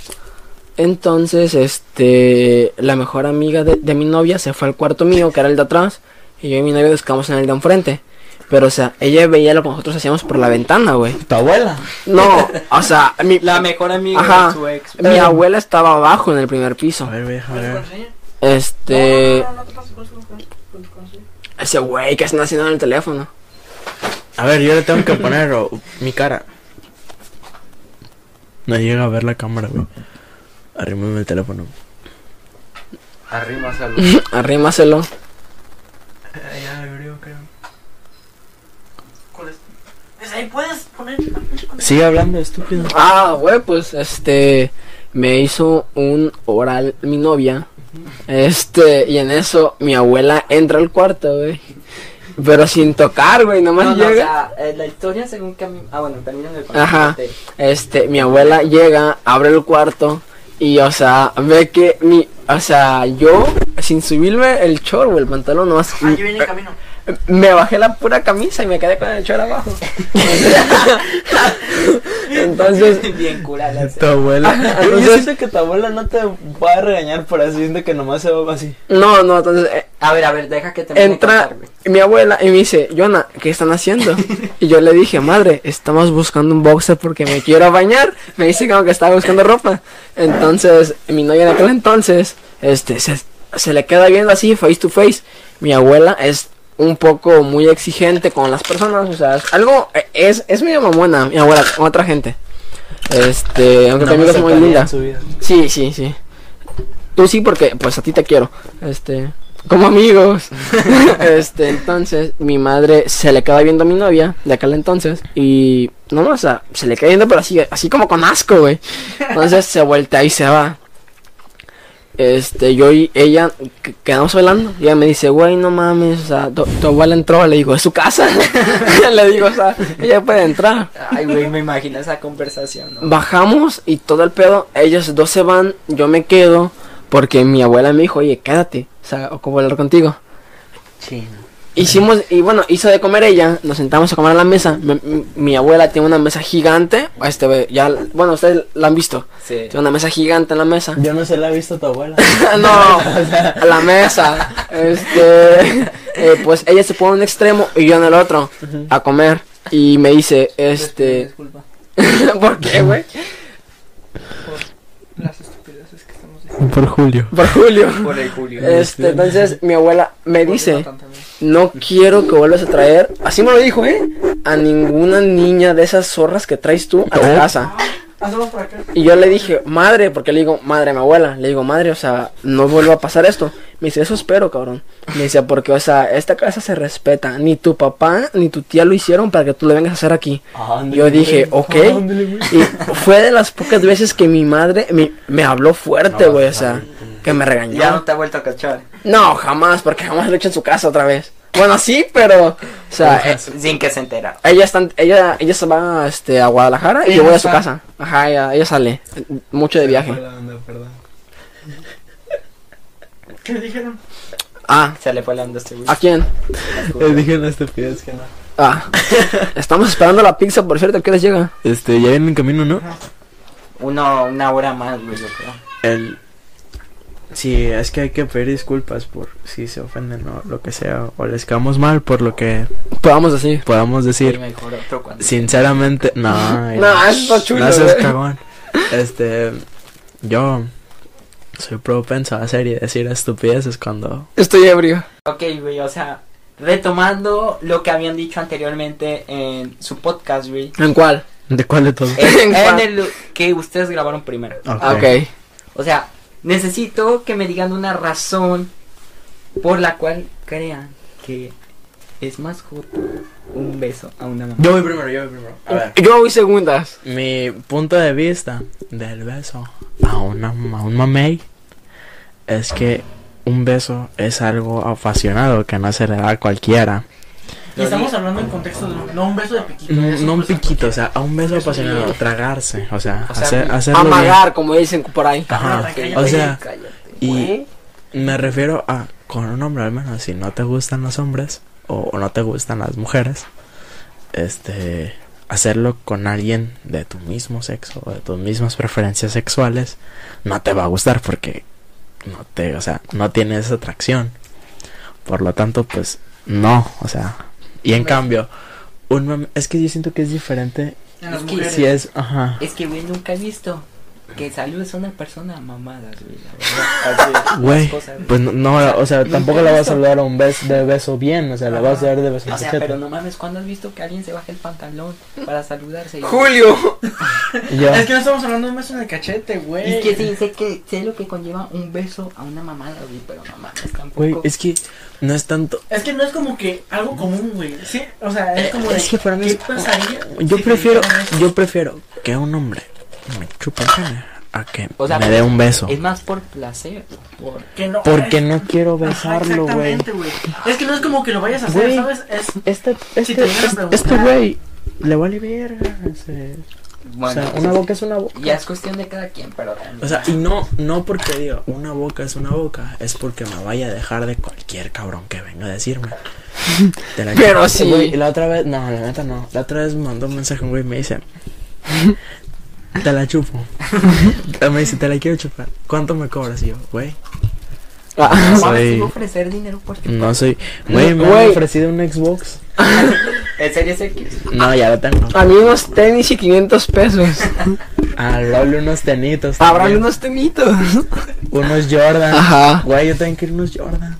S3: Entonces, este. La mejor amiga de, de mi novia se fue al cuarto mío, que era el de atrás, y yo y mi novia nos quedamos en el de enfrente. Pero, o sea, ella veía lo que nosotros hacíamos por la ventana, güey.
S2: Tu abuela.
S3: No, o sea, mi,
S4: La mejor amiga
S3: Ajá.
S4: de su ex.
S3: mi abuela estaba abajo en el primer
S2: A
S3: piso.
S2: ver, güey, a
S1: ¿Con su
S2: ver.
S1: contraseña?
S3: Este.
S1: No, no, no, no te pases con su con su- con su contraseña.
S3: Ese güey que está haciendo en el teléfono.
S2: A ver, yo le tengo que poner o, mi cara. No llega a ver la cámara, güey. Arrímame el teléfono.
S7: Arrima salud.
S3: Arrímaselo.
S1: Eh, ¿Cuál es? Pues ahí puedes poner.
S2: Sigue hablando, estúpido.
S3: Ah, güey, pues este. Me hizo un oral mi novia. Este, y en eso mi abuela entra al cuarto, güey. Pero sin tocar, güey,
S4: No,
S3: nomás
S4: no, o
S3: llega.
S4: sea, eh, la historia según que a mí... Ah, bueno, termina de contar.
S3: Ajá. Este, mi abuela llega, abre el cuarto y, o sea, ve que mi, o sea, yo, sin subirme el short o el pantalón, nomás
S1: Ahí Ah, viene el camino.
S3: me bajé la pura camisa y me quedé con el short abajo. Entonces,
S4: Bien cura la
S2: Tu abuela.
S3: Entonces-
S2: Yo siento que tu abuela no te va a regañar por así, siento que nomás se va así.
S3: no, no, entonces eh,
S4: A ver, a ver, deja que termine de
S3: entra
S4: contar, güey.
S3: mi abuela y me dice, Yona, ¿qué están haciendo? Y yo le dije, madre, estamos buscando un boxer porque me quiero bañar. Me dice como que estaba buscando ropa. Entonces, mi novia en aquel entonces, este, se, se le queda viendo así, face to face. Mi abuela es un poco muy exigente con las personas, o sea, es algo, e, es, es medio mamona, mi abuela, con otra gente. Este, aunque también es muy linda. Sí, sí, sí. Tú sí, porque pues a ti te quiero. Este, como amigos. este, entonces, mi madre se le queda viendo a mi novia de aquel entonces. Y no, o sea, se le queda viendo, pero así, así como con asco, güey. Entonces se vuelta y se va. Este, yo y ella qu- quedamos hablando. Y ella me dice, güey, no mames, o sea, tu, tu abuela entró. Le digo, es su casa. le digo, o sea, ella puede entrar.
S4: Ay, güey, me imagino esa conversación, ¿no?
S3: Bajamos y todo el pedo, ellos dos se van, yo me quedo, porque mi abuela me dijo, oye, quédate, o sea, ocupo hablar contigo. Hicimos, y bueno, hizo de comer ella, nos sentamos a comer a la mesa, mi, mi- mi abuela tiene una mesa gigante, este, ya, bueno, ustedes la han visto,
S4: Sí.
S3: tiene una mesa gigante en la mesa.
S2: Yo no se la he visto a tu abuela.
S3: no, a la mesa. Este, eh, pues ella se pone en un extremo y yo en el otro, a comer, y me dice, este,
S4: Disculpa.
S3: ¿por qué, güey?
S1: Las estupideces que estamos diciendo.
S2: Por Julio.
S3: Por Julio.
S4: Por el Julio.
S3: Este, entonces mi abuela me dice, no quiero que vuelvas a traer, así me lo dijo, ¿eh? A ninguna niña de esas zorras que traes tú a la casa.
S1: Hazlo para Ah, acá.
S3: Y yo le dije, madre, porque le digo, madre, a mi abuela, le digo, madre, o sea, no vuelva a pasar esto. Me dice, eso espero, cabrón. Me dice, porque, o sea, esta casa se respeta. Ni tu papá ni tu tía lo hicieron para que tú lo vengas a hacer aquí. Yo dije, ok. Y fue de las pocas veces que mi madre mi- me habló fuerte, güey, o sea, que me regañó.
S4: Ya no te ha vuelto a cachar.
S3: No, jamás, porque jamás lo he hecho en su casa otra vez. Bueno, sí, pero. O sea, eh,
S4: Sin que se entera.
S3: ella, está, en- ella, ella se va este, a Guadalajara y yo voy a su casa. Ajá, ella, ella sale. eh, Mucho de viaje.
S1: ¿Qué dijeron?
S3: Ah,
S4: Se le fue la onda a este güey.
S3: ¿a quién?
S2: Les Eh, dije una estupidez que no.
S3: Ah, estamos esperando la pizza, por cierto, ¿a ¿qué les llega?
S2: Este, ya vienen en camino, ¿no?
S4: Uno, una hora más, güey, yo creo.
S2: El... Sí, es que hay que pedir disculpas por si se ofenden o lo que sea, o les quedamos mal por lo que
S3: Podamos decir.
S2: podamos
S4: Y
S2: decir.
S4: mejor otro cuando.
S2: Sinceramente, no. ay,
S3: No, eso está chulo,
S2: No seas
S3: güey.
S2: cagón. Este, yo soy propenso a hacer y decir estupideces cuando...
S3: Estoy ebrio.
S4: Ok, güey, o sea, retomando lo que habían dicho anteriormente en su podcast, güey.
S3: ¿En cuál?
S2: ¿De cuál de todo?
S4: En, en el que ustedes grabaron primero.
S3: Ah, ok.
S4: O sea, necesito que me digan una razón por la cual crean que es más justo un beso a una mamá.
S2: Yo voy primero, yo voy primero. A ver.
S3: Yo voy segundas.
S2: Mi punto de vista del beso a, una, a un mamey es que un beso es algo apasionado que no se le da a cualquiera.
S1: Y estamos hablando en contexto de no un beso de piquito.
S2: Mm,
S1: eso,
S2: No un
S1: pues,
S2: piquito, o sea, a un beso apasionado, tragarse, o sea,
S4: O sea,
S2: hacer, hacerlo bien.
S3: Amagar, como dicen por ahí.
S2: Ajá,
S1: Cállate,
S2: o
S1: cállate,
S2: sea, y
S3: Güey.
S2: me refiero a con un hombre al menos, si no te gustan los hombres o, o no te gustan las mujeres, este, hacerlo con alguien de tu mismo sexo o de tus mismas preferencias sexuales no te va a gustar porque no te, o sea, no tienes atracción. Por lo tanto, pues no, o sea, y en cambio un mam- es que yo siento que es diferente
S1: En las
S4: Es que
S1: mujeres.
S2: si es, ajá.
S4: Es que, güey, nunca he visto que saludes a una persona mamada, güey. la verdad. Así,
S2: Güey,
S4: las cosas, güey.
S2: pues no, no, o sea, tampoco la vas a
S4: beso.
S2: saludar a un beso de beso bien, o sea, la vas a
S4: Ajá.
S2: dar de beso en
S4: O sea,
S2: cachete.
S4: pero no mames, ¿cuándo has visto que alguien se baja el pantalón para saludarse?
S3: Julio.
S2: Yo-
S1: Es que no estamos hablando de un beso en el cachete, güey.
S4: Y que sí, sé, que, sé lo que conlleva un beso a una mamada, güey, pero no mames, tampoco.
S2: Güey, es que no es tanto.
S1: Es que no es como que algo común, güey. Sí, o sea, es como de.
S2: Eh, Es que para mí
S1: ¿Qué
S2: es-
S1: pasaría? si
S2: Yo
S1: te
S2: prefiero,
S1: dijeran eso?
S2: yo prefiero que un hombre me chupe el pene a que
S4: O sea,
S2: me dé un beso.
S4: Es más por placer. Por...
S1: Que no. eh,
S2: Porque no quiero
S1: Ajá,
S2: besarlo, güey.
S1: exactamente, güey. Es que no es como que lo vayas a hacer,
S2: Güey.
S1: ¿sabes? Es.
S2: Este,
S1: Si
S2: este,
S1: te llegan a
S2: este,
S1: preguntar-
S2: este güey le vale verga. o sea, o
S4: Bueno,
S2: sea, una boca es una boca.
S4: ya es cuestión de cada quien, pero también.
S2: O sea, y no, no porque diga una boca es una boca, es porque me vaya a dejar de cualquier cabrón que venga a decirme. Te la-
S3: Pero sí.
S2: Güey, y la otra vez, no, la neta no. La otra vez me mandó un mensaje un güey y me dice, te la chupo. me dice, te la quiero chupar. ¿Cuánto me cobras? Y yo, güey,
S3: Ah.
S4: Ahora sí
S2: soy-
S4: voy a ofrecer dinero por ti.
S2: no soy. Güey, me
S3: Güey.
S2: han ofrecido un Xbox.
S4: ¿En serio es X?
S2: No, ya lo tengo.
S3: A mí unos tenis y 500 pesos.
S2: Ah, lol, unos tenitos.
S3: Habrá
S2: también.
S3: unos Ah. tenitos.
S2: Unos Jordan.
S3: Ajá.
S2: Güey, yo también quiero unos Jordan.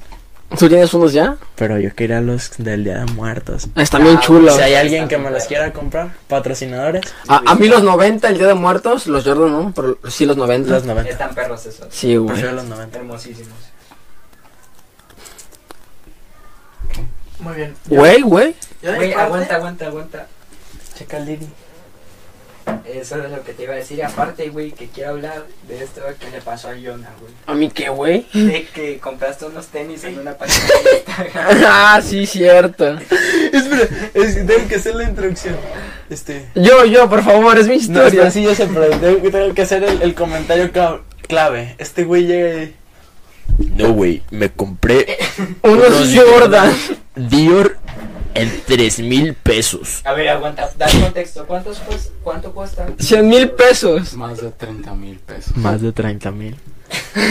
S3: ¿Tú tienes unos ya?
S2: Pero yo quería los del Día de Muertos.
S3: Están bien
S4: Ah,
S3: chulos.
S2: Si hay alguien que me los quiera comprar, patrocinadores,
S3: Ah, A, a mí los 90, el Día de Muertos, los Jordan, ¿no? Pero sí, los 90.
S2: los 90.
S4: Están perros esos.
S3: Sí, güey.
S2: Prefiero los 90.
S4: Hermosísimos.
S1: Muy bien.
S3: Güey, güey.
S1: Yo de mi
S4: Güey,
S1: parte-
S4: aguanta, aguanta, aguanta. Checa el Didi. Eso es lo que te iba a decir. Aparte, güey, que quiero hablar de esto que le pasó a Jonah, güey.
S3: ¿A mí qué, güey?
S4: De que compraste unos tenis en una página de Instagram.
S3: ah, sí, cierto.
S2: Espera, tengo que hacer la introducción. Este.
S3: Yo, yo, por favor, es mi
S2: No,
S3: historia.
S2: así ya se tengo, que- tengo que hacer el, el comentario cla- clave. Este güey llega y. No, güey, me compré
S3: Unos Jordan.
S2: Dior en 3 mil pesos.
S4: A ver, aguanta. Da contexto. ¿Cuántos cos- ¿Cuánto cuesta?
S3: 100 mil pesos.
S7: Más de 30 mil pesos.
S2: Más de 30 mil.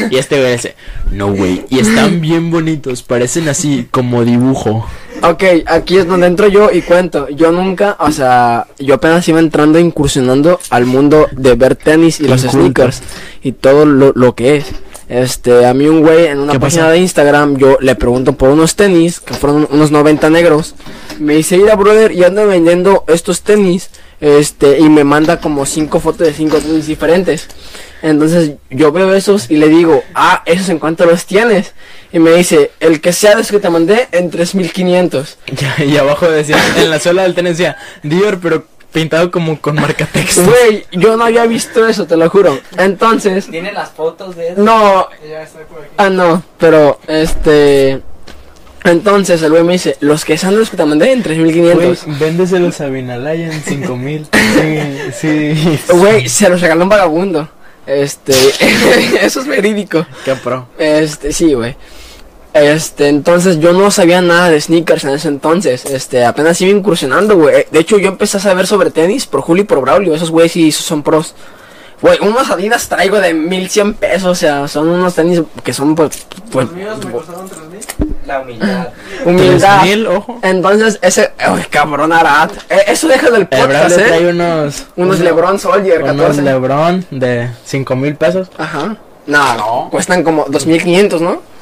S2: Y este güey dice: No, güey, y están bien bonitos, parecen así como dibujo.
S3: Ok, aquí es donde entro yo y cuento. Yo nunca, o sea, yo apenas iba entrando, incursionando al mundo de ver tenis y los
S2: Inculto.
S3: sneakers y todo lo, lo que es. Este, a mí un güey en una
S2: ¿Qué
S3: página
S2: pasó?
S3: de Instagram, yo le pregunto por unos tenis, que fueron unos 90 negros. Me dice, ira brother, y ando vendiendo estos tenis. Este, y me manda como cinco fotos de cinco tenis diferentes. Entonces yo veo esos y le digo, ah, esos en cuánto los tienes. Y me dice, el que sea de los que te mandé en 3500.
S2: Ya, y abajo decía, en la suela del tenis decía, Dior, pero pintado como con marca texto.
S3: Güey, yo no había visto eso, te lo juro. Entonces,
S4: ¿Tiene las fotos de eso?
S3: no,
S1: Ya está por aquí.
S3: Ah, no, pero este. Entonces el güey me dice: Los que sean los que te mandé en 3500.
S2: véndeselos a Vinalaya en 5000. Sí, sí.
S3: Güey, se los regaló un vagabundo. Este. eso es verídico.
S2: Qué pro.
S3: Este, sí, güey. Este, entonces yo no sabía nada de sneakers en ese entonces. Este, apenas iba incursionando, güey. De hecho, yo empecé a saber sobre tenis por Julio y por Braulio. Esos güeyes sí son pros. Güey, unos Adidas traigo de 1100 pesos. O sea, son unos tenis que son, pues, pues,
S1: Los míos me costaron 3000.
S4: La humildad.
S3: humildad.
S2: 3000, ojo.
S3: Entonces, ese. ¡Ay, cabrón, Arat! Eh, eso deja del
S2: El Bravo
S3: podcast,
S2: le
S3: ¿eh?
S2: trae unos.
S3: Unos LeBron Soldier,
S2: Unos
S3: 14.
S2: Lebron de 5000 pesos.
S3: Ajá. No, no. Cuestan como 2500, ¿no?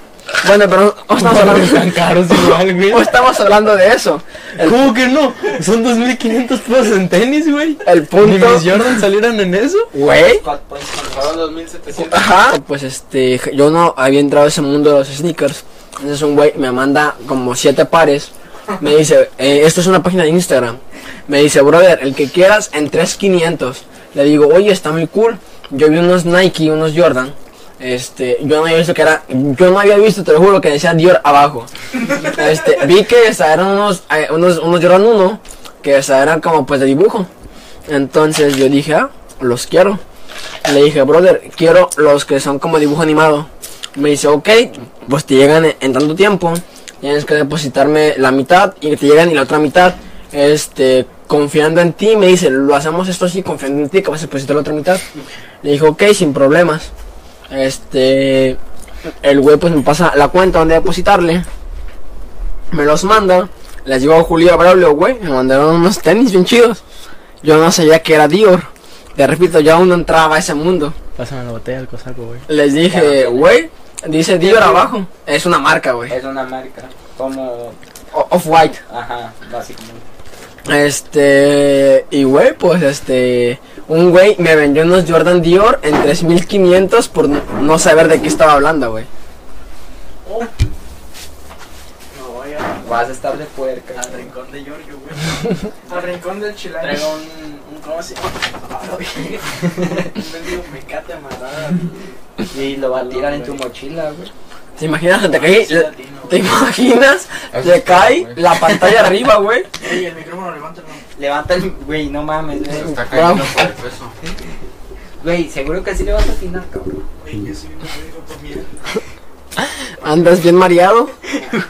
S3: Bueno, pero no estamos
S2: Están
S3: hablando.
S2: caros igual, güey.
S3: no estamos hablando de eso. El,
S2: ¿Cómo que no? Son 2500 pesos en tenis, güey.
S3: el
S2: Ni
S3: punto.
S2: mis Jordan salieron en eso.
S3: Güey.
S4: Hot Points con
S6: Fueron
S4: Roll.
S6: 2700.
S3: Ajá. Pues este. Yo no había entrado a ese mundo de los sneakers. Entonces, un güey me manda como siete pares. Me dice: eh, Esto es una página de Instagram. Me dice, brother, el que quieras en 3500. Le digo, oye, está muy cool. Yo vi unos Nike, unos Jordan. Este, yo no había visto que era, yo no había visto, te lo juro, que decía Dior abajo. Este, vi que o sea, eran unos, eh, unos, unos Jordan 1, que o sea, eran como pues de dibujo. Entonces yo dije, ah, los quiero. Le dije, brother, quiero los que son como dibujo animado. Me dice, ok, pues te llegan en, en tanto tiempo. Tienes que depositarme la mitad y te llegan y la otra mitad. Este, confiando en ti, me dice, lo hacemos esto así, confiando en ti, que vas a depositar la otra mitad. Le dije, ok, sin problemas. Este, el güey pues me pasa la cuenta donde depositarle. Me los manda. Les digo a Julio y a Braulio, güey, me mandaron unos tenis bien chidos. Yo no sabía que era Dior. Te repito, yo aún no entraba a ese mundo.
S2: Pásame la botella del cosaco, güey.
S3: Les dije, güey, dice Dior abajo. Es una marca, güey.
S4: Es una marca. Como.
S3: O- Off-White.
S4: Ajá, básicamente.
S3: Este. Y, güey, pues este. Un güey me vendió unos Jordan Dior en 3500 por no- no saber de qué estaba hablando, güey.
S1: No voy a-
S4: Vas a estar de puerca.
S1: al rincón de Giorgio, güey. Al rincón del chilango. Traigo un. un ¿Cómo se llama? Ah, güey. Un mendigo mecate amarrado.
S4: Y lo va a tirar en tu mochila, güey.
S3: ¿Te imaginas que te caí?
S1: Sí, latino,
S3: ¿Te
S1: güey.
S3: imaginas? Le cae la pantalla arriba, güey.
S1: Ey, el micrófono, levántalo.
S4: Levanta el. Güey, no mames, güey.
S6: Está cayendo por el peso.
S4: Güey, seguro que sí le vas a atinar, cabrón.
S1: Güey, yo soy un médico por miedo.
S3: Andas bien mareado.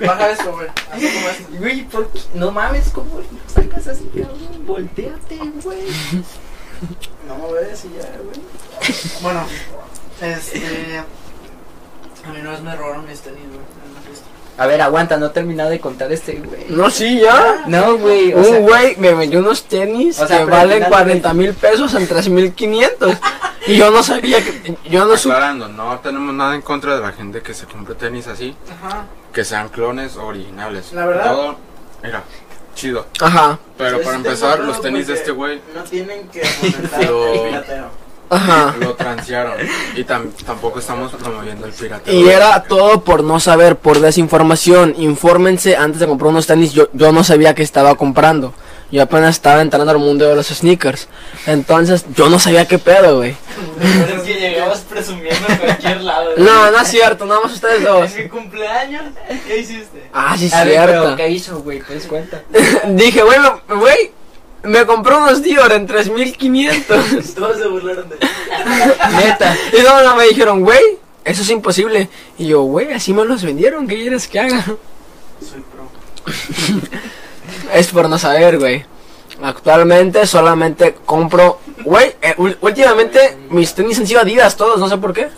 S1: Baja eso, güey. Así como esto.
S4: Güey, ¿por qué? No mames, ¿cómo sacas así, cabrón? Volteate, güey.
S1: No me ves y ya, güey. Bueno, este. A mí una vez me robaron mis tenis, güey. en una fiesta.
S4: A ver, aguanta, no he terminado de contar este, güey.
S3: No, sí, ya.
S4: No, güey, o sea,
S3: Un güey me vendió unos tenis
S4: O sea,
S3: que
S4: pero al
S3: valen
S4: final,
S3: 40 mil pesos en 3.500. y yo no sabía que... Yo no supe...
S7: Aclarando, no tenemos nada en contra de la gente que se compra tenis así,
S1: Ajá.
S7: que sean clones originales.
S1: La verdad.
S7: Todo, mira, chido.
S3: Ajá,
S7: Pero
S1: Sí,
S7: para
S1: sí te
S7: empezar,
S1: compró,
S7: los tenis de
S1: porque-
S7: este güey
S1: No tienen que fomentar
S7: Pero-
S1: el pirateo.
S3: ajá.
S7: lo transearon. Y tam- tampoco estamos promoviendo el pirateo.
S3: Y era todo por no saber, por desinformación. Infórmense antes de comprar unos tenis. Yo, yo no sabía que estaba comprando. Yo apenas estaba entrando al mundo de los sneakers. Entonces, yo no sabía qué pedo, güey.
S8: Es que llegabas presumiendo a cualquier lado.
S3: No, no es cierto, nada más ustedes dos.
S8: Es mi cumpleaños. ¿Qué hiciste?
S3: Ah, sí, es
S4: a ver, pero
S3: cierto.
S4: ¿qué hizo, güey? Pues cuenta.
S3: Dije, güey, me- güey, me compré unos Dior en 3500.
S8: Todos se burlaron de ti.
S3: Neta. Y no, no, me dijeron, güey, eso es imposible. Y yo, güey, así me los vendieron, ¿qué quieres que haga?
S1: Soy pro.
S3: Es por no saber, güey. Actualmente solamente compro, güey, eh, ul- últimamente mis tenis han sido Adidas todos, no sé por qué.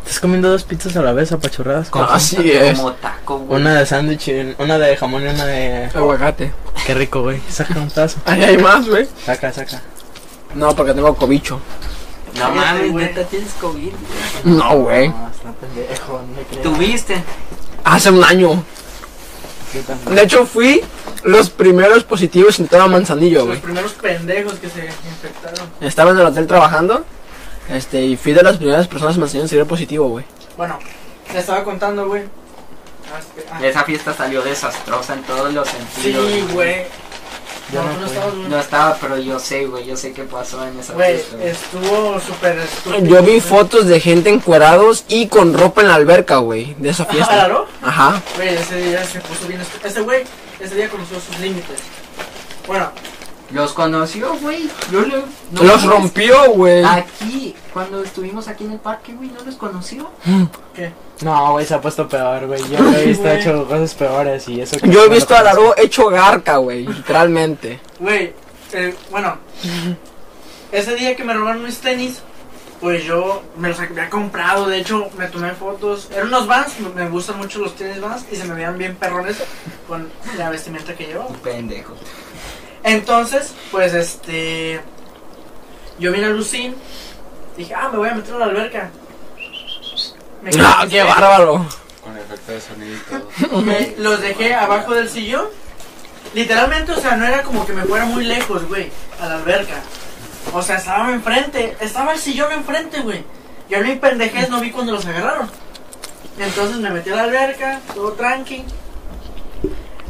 S2: Estás comiendo dos pizzas a la vez, apachurradas.
S3: Así es.
S4: Como taco, güey.
S2: Una de sándwich, y una de jamón y una de.
S3: Aguacate.
S2: Qué rico, güey. Saca un tazo.
S3: Ahí hay más, güey.
S2: Saca, saca.
S3: No, porque tengo cobicho.
S4: No
S1: Cállate,
S4: mames,
S1: güey.
S4: neta tienes COVID. güey.
S3: No, güey.
S4: No, está pendejo, no me creo. Tuviste.
S3: Hace un año.
S4: Yo también.
S3: De hecho, fui los primeros positivos en toda Manzanillo,
S1: Los
S3: güey.
S1: primeros pendejos que se infectaron.
S3: Estaba en el hotel trabajando. Este, y fui de las primeras personas en Manzanillo en ser positivo, güey.
S1: Bueno, te estaba contando, güey. Ah, espe- ah.
S4: Esa fiesta salió desastrosa en todos los sentidos.
S1: Sí, güey.
S4: Yo
S1: No,
S4: no,
S1: tú no
S4: fui.
S1: estabas, güey.
S4: No estaba, pero yo sé, güey. Yo sé qué pasó en esa
S1: Güey,
S4: fiesta. güey.
S1: estuvo súper estúpido.
S3: Yo vi fotos de gente encuerados y con ropa en la alberca, güey, de esa
S1: Ah,
S3: fiesta.
S1: ¿Claro?
S3: Ajá.
S1: Güey, ese día se puso bien estúpido. Ese güey, ese día conoció sus límites. Bueno,
S4: Los conoció, güey. Yo le- no
S3: Los
S4: mames.
S3: rompió, güey.
S4: Ah. Aquí, cuando estuvimos aquí en el parque, güey, no los conoció.
S9: No, güey, se ha puesto peor, güey. Yo lo he visto
S1: güey.
S9: hecho cosas peores y eso. que
S3: Yo he
S9: no lo
S3: visto a
S9: conozco.
S3: Laro hecho garca, güey, literalmente.
S1: Güey, eh, bueno, ese día que me robaron mis tenis, pues yo me los había comprado, de hecho me tomé fotos, eran unos vans, me- me gustan mucho los tenis vans y se me veían bien perrones con la vestimenta que llevaba.
S4: Un pendejo.
S1: Entonces, pues este, yo vi a Lucín, dije, ah, me voy a meter a la alberca. Me quedé
S3: No, Ah, qué bárbaro.
S6: Con efecto de sonido y todo.
S1: me- los dejé abajo del sillón. Literalmente, o sea, no era como que me fuera muy lejos, güey, a la alberca. O sea, estaba enfrente, estaba el sillón enfrente, güey. Yo en mi pendejez no vi cuando los agarraron. Entonces me metí a la alberca, todo tranqui.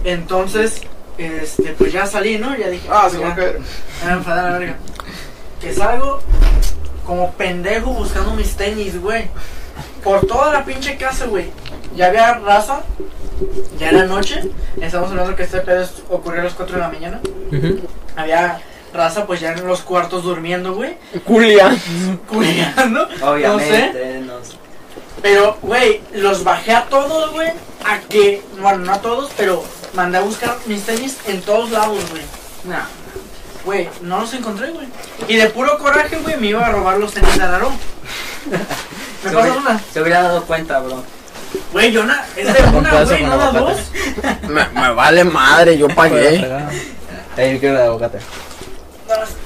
S1: Entonces, este, pues ya salí, ¿no? Ya dije,
S6: Ah, se
S1: ya,
S6: va a caer.
S1: me voy a enfadar a la verga. Que salgo como pendejo buscando mis tenis, güey. Por toda la pinche casa, güey. Ya había raza. Ya era noche. Estamos hablando que este pedo es- ocurrió a las 4 de la mañana. Había raza, pues ya en los cuartos durmiendo, güey.
S3: Julia.
S1: Culeando. No sé.
S4: Obviamente, no sé.
S1: Pero, güey, los bajé a todos, güey. A que, bueno, no a todos, pero mandé a buscar mis tenis en todos lados, güey.
S4: No.
S1: Güey, no los encontré, güey. Y de puro coraje, güey, me iba a robar los tenis de Alarón. ¿Me
S4: Se
S1: pasas
S4: hubiera,
S1: una?
S4: se hubiera dado cuenta, bro.
S1: Güey, yo na- es de una,
S4: Comprazo
S1: güey,
S4: con
S1: no
S4: la
S1: las
S4: bocata.
S1: dos.
S3: Me, me vale madre, yo pagué.
S4: Ahí quiero la bocata.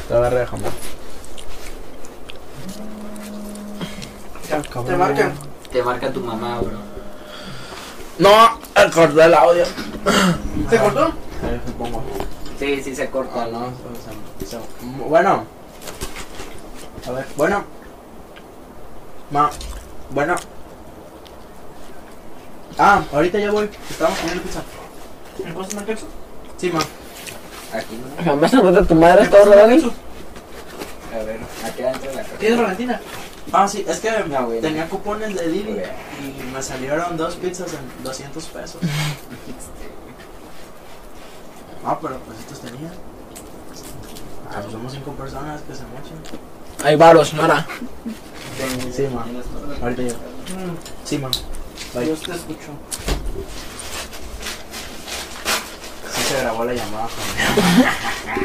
S4: Te agarré de jamón.
S1: Te marcan.
S4: Te marca tu mamá, bro.
S3: No, acordé el audio.
S1: ¿Se cortó?
S9: Ahí supongo.
S4: Sí, sí se corta.
S9: Ah, no, se- se- Bueno. A ver, bueno. Ma, bueno. Ah, ahorita ya voy. Estamos comiendo pizza.
S1: ¿Me pasas una ketchup?
S9: Sí, ma.
S4: Aquí, ¿no?
S3: Jamás encontré a tu madre
S1: ¿Me
S3: hasta
S1: pasas
S3: ahora,
S1: una
S3: Dani.
S1: ketchup?
S4: A ver, aquí adentro de la casa.
S1: ¿Tienes Valentina?
S9: Ah, sí, es que
S4: No, güey.
S9: tenía cupones de Didi
S4: Güey.
S9: y me salieron dos pizzas en 200 pesos. Ah, pero pues estos tenían. Ah, pues somos cinco personas que se mochen.
S3: Hay varos, señora.
S9: Sí, ma. Ahorita yo.
S1: Mm,
S9: Sí, ma. Bye.
S1: Yo te escucho.
S9: Sí se grabó la llamada con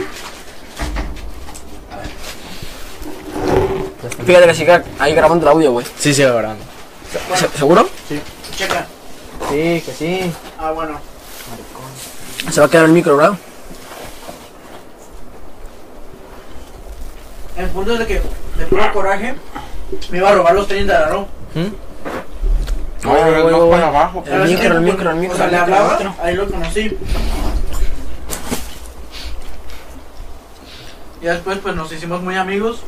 S3: Fíjate que sigue ahí grabando el audio, güey.
S2: Sí, sí, ahora.
S3: ¿Se- ¿Seguro?
S1: Checa.
S9: Sí, que sí.
S1: Ah, bueno.
S3: Se va a quedar el micro, bro.
S1: El punto es de que, de puro coraje, me iba a robar los tenis de Alarón.
S6: No,
S2: Ah,
S6: yo
S3: güey,
S6: no
S3: güey,
S6: para abajo.
S7: pues.
S3: El micro, el micro, el micro.
S1: O sea,
S3: el
S1: le
S3: micro,
S1: hablaba,
S3: el micro.
S1: ahí lo conocí. Y después, pues nos hicimos muy amigos.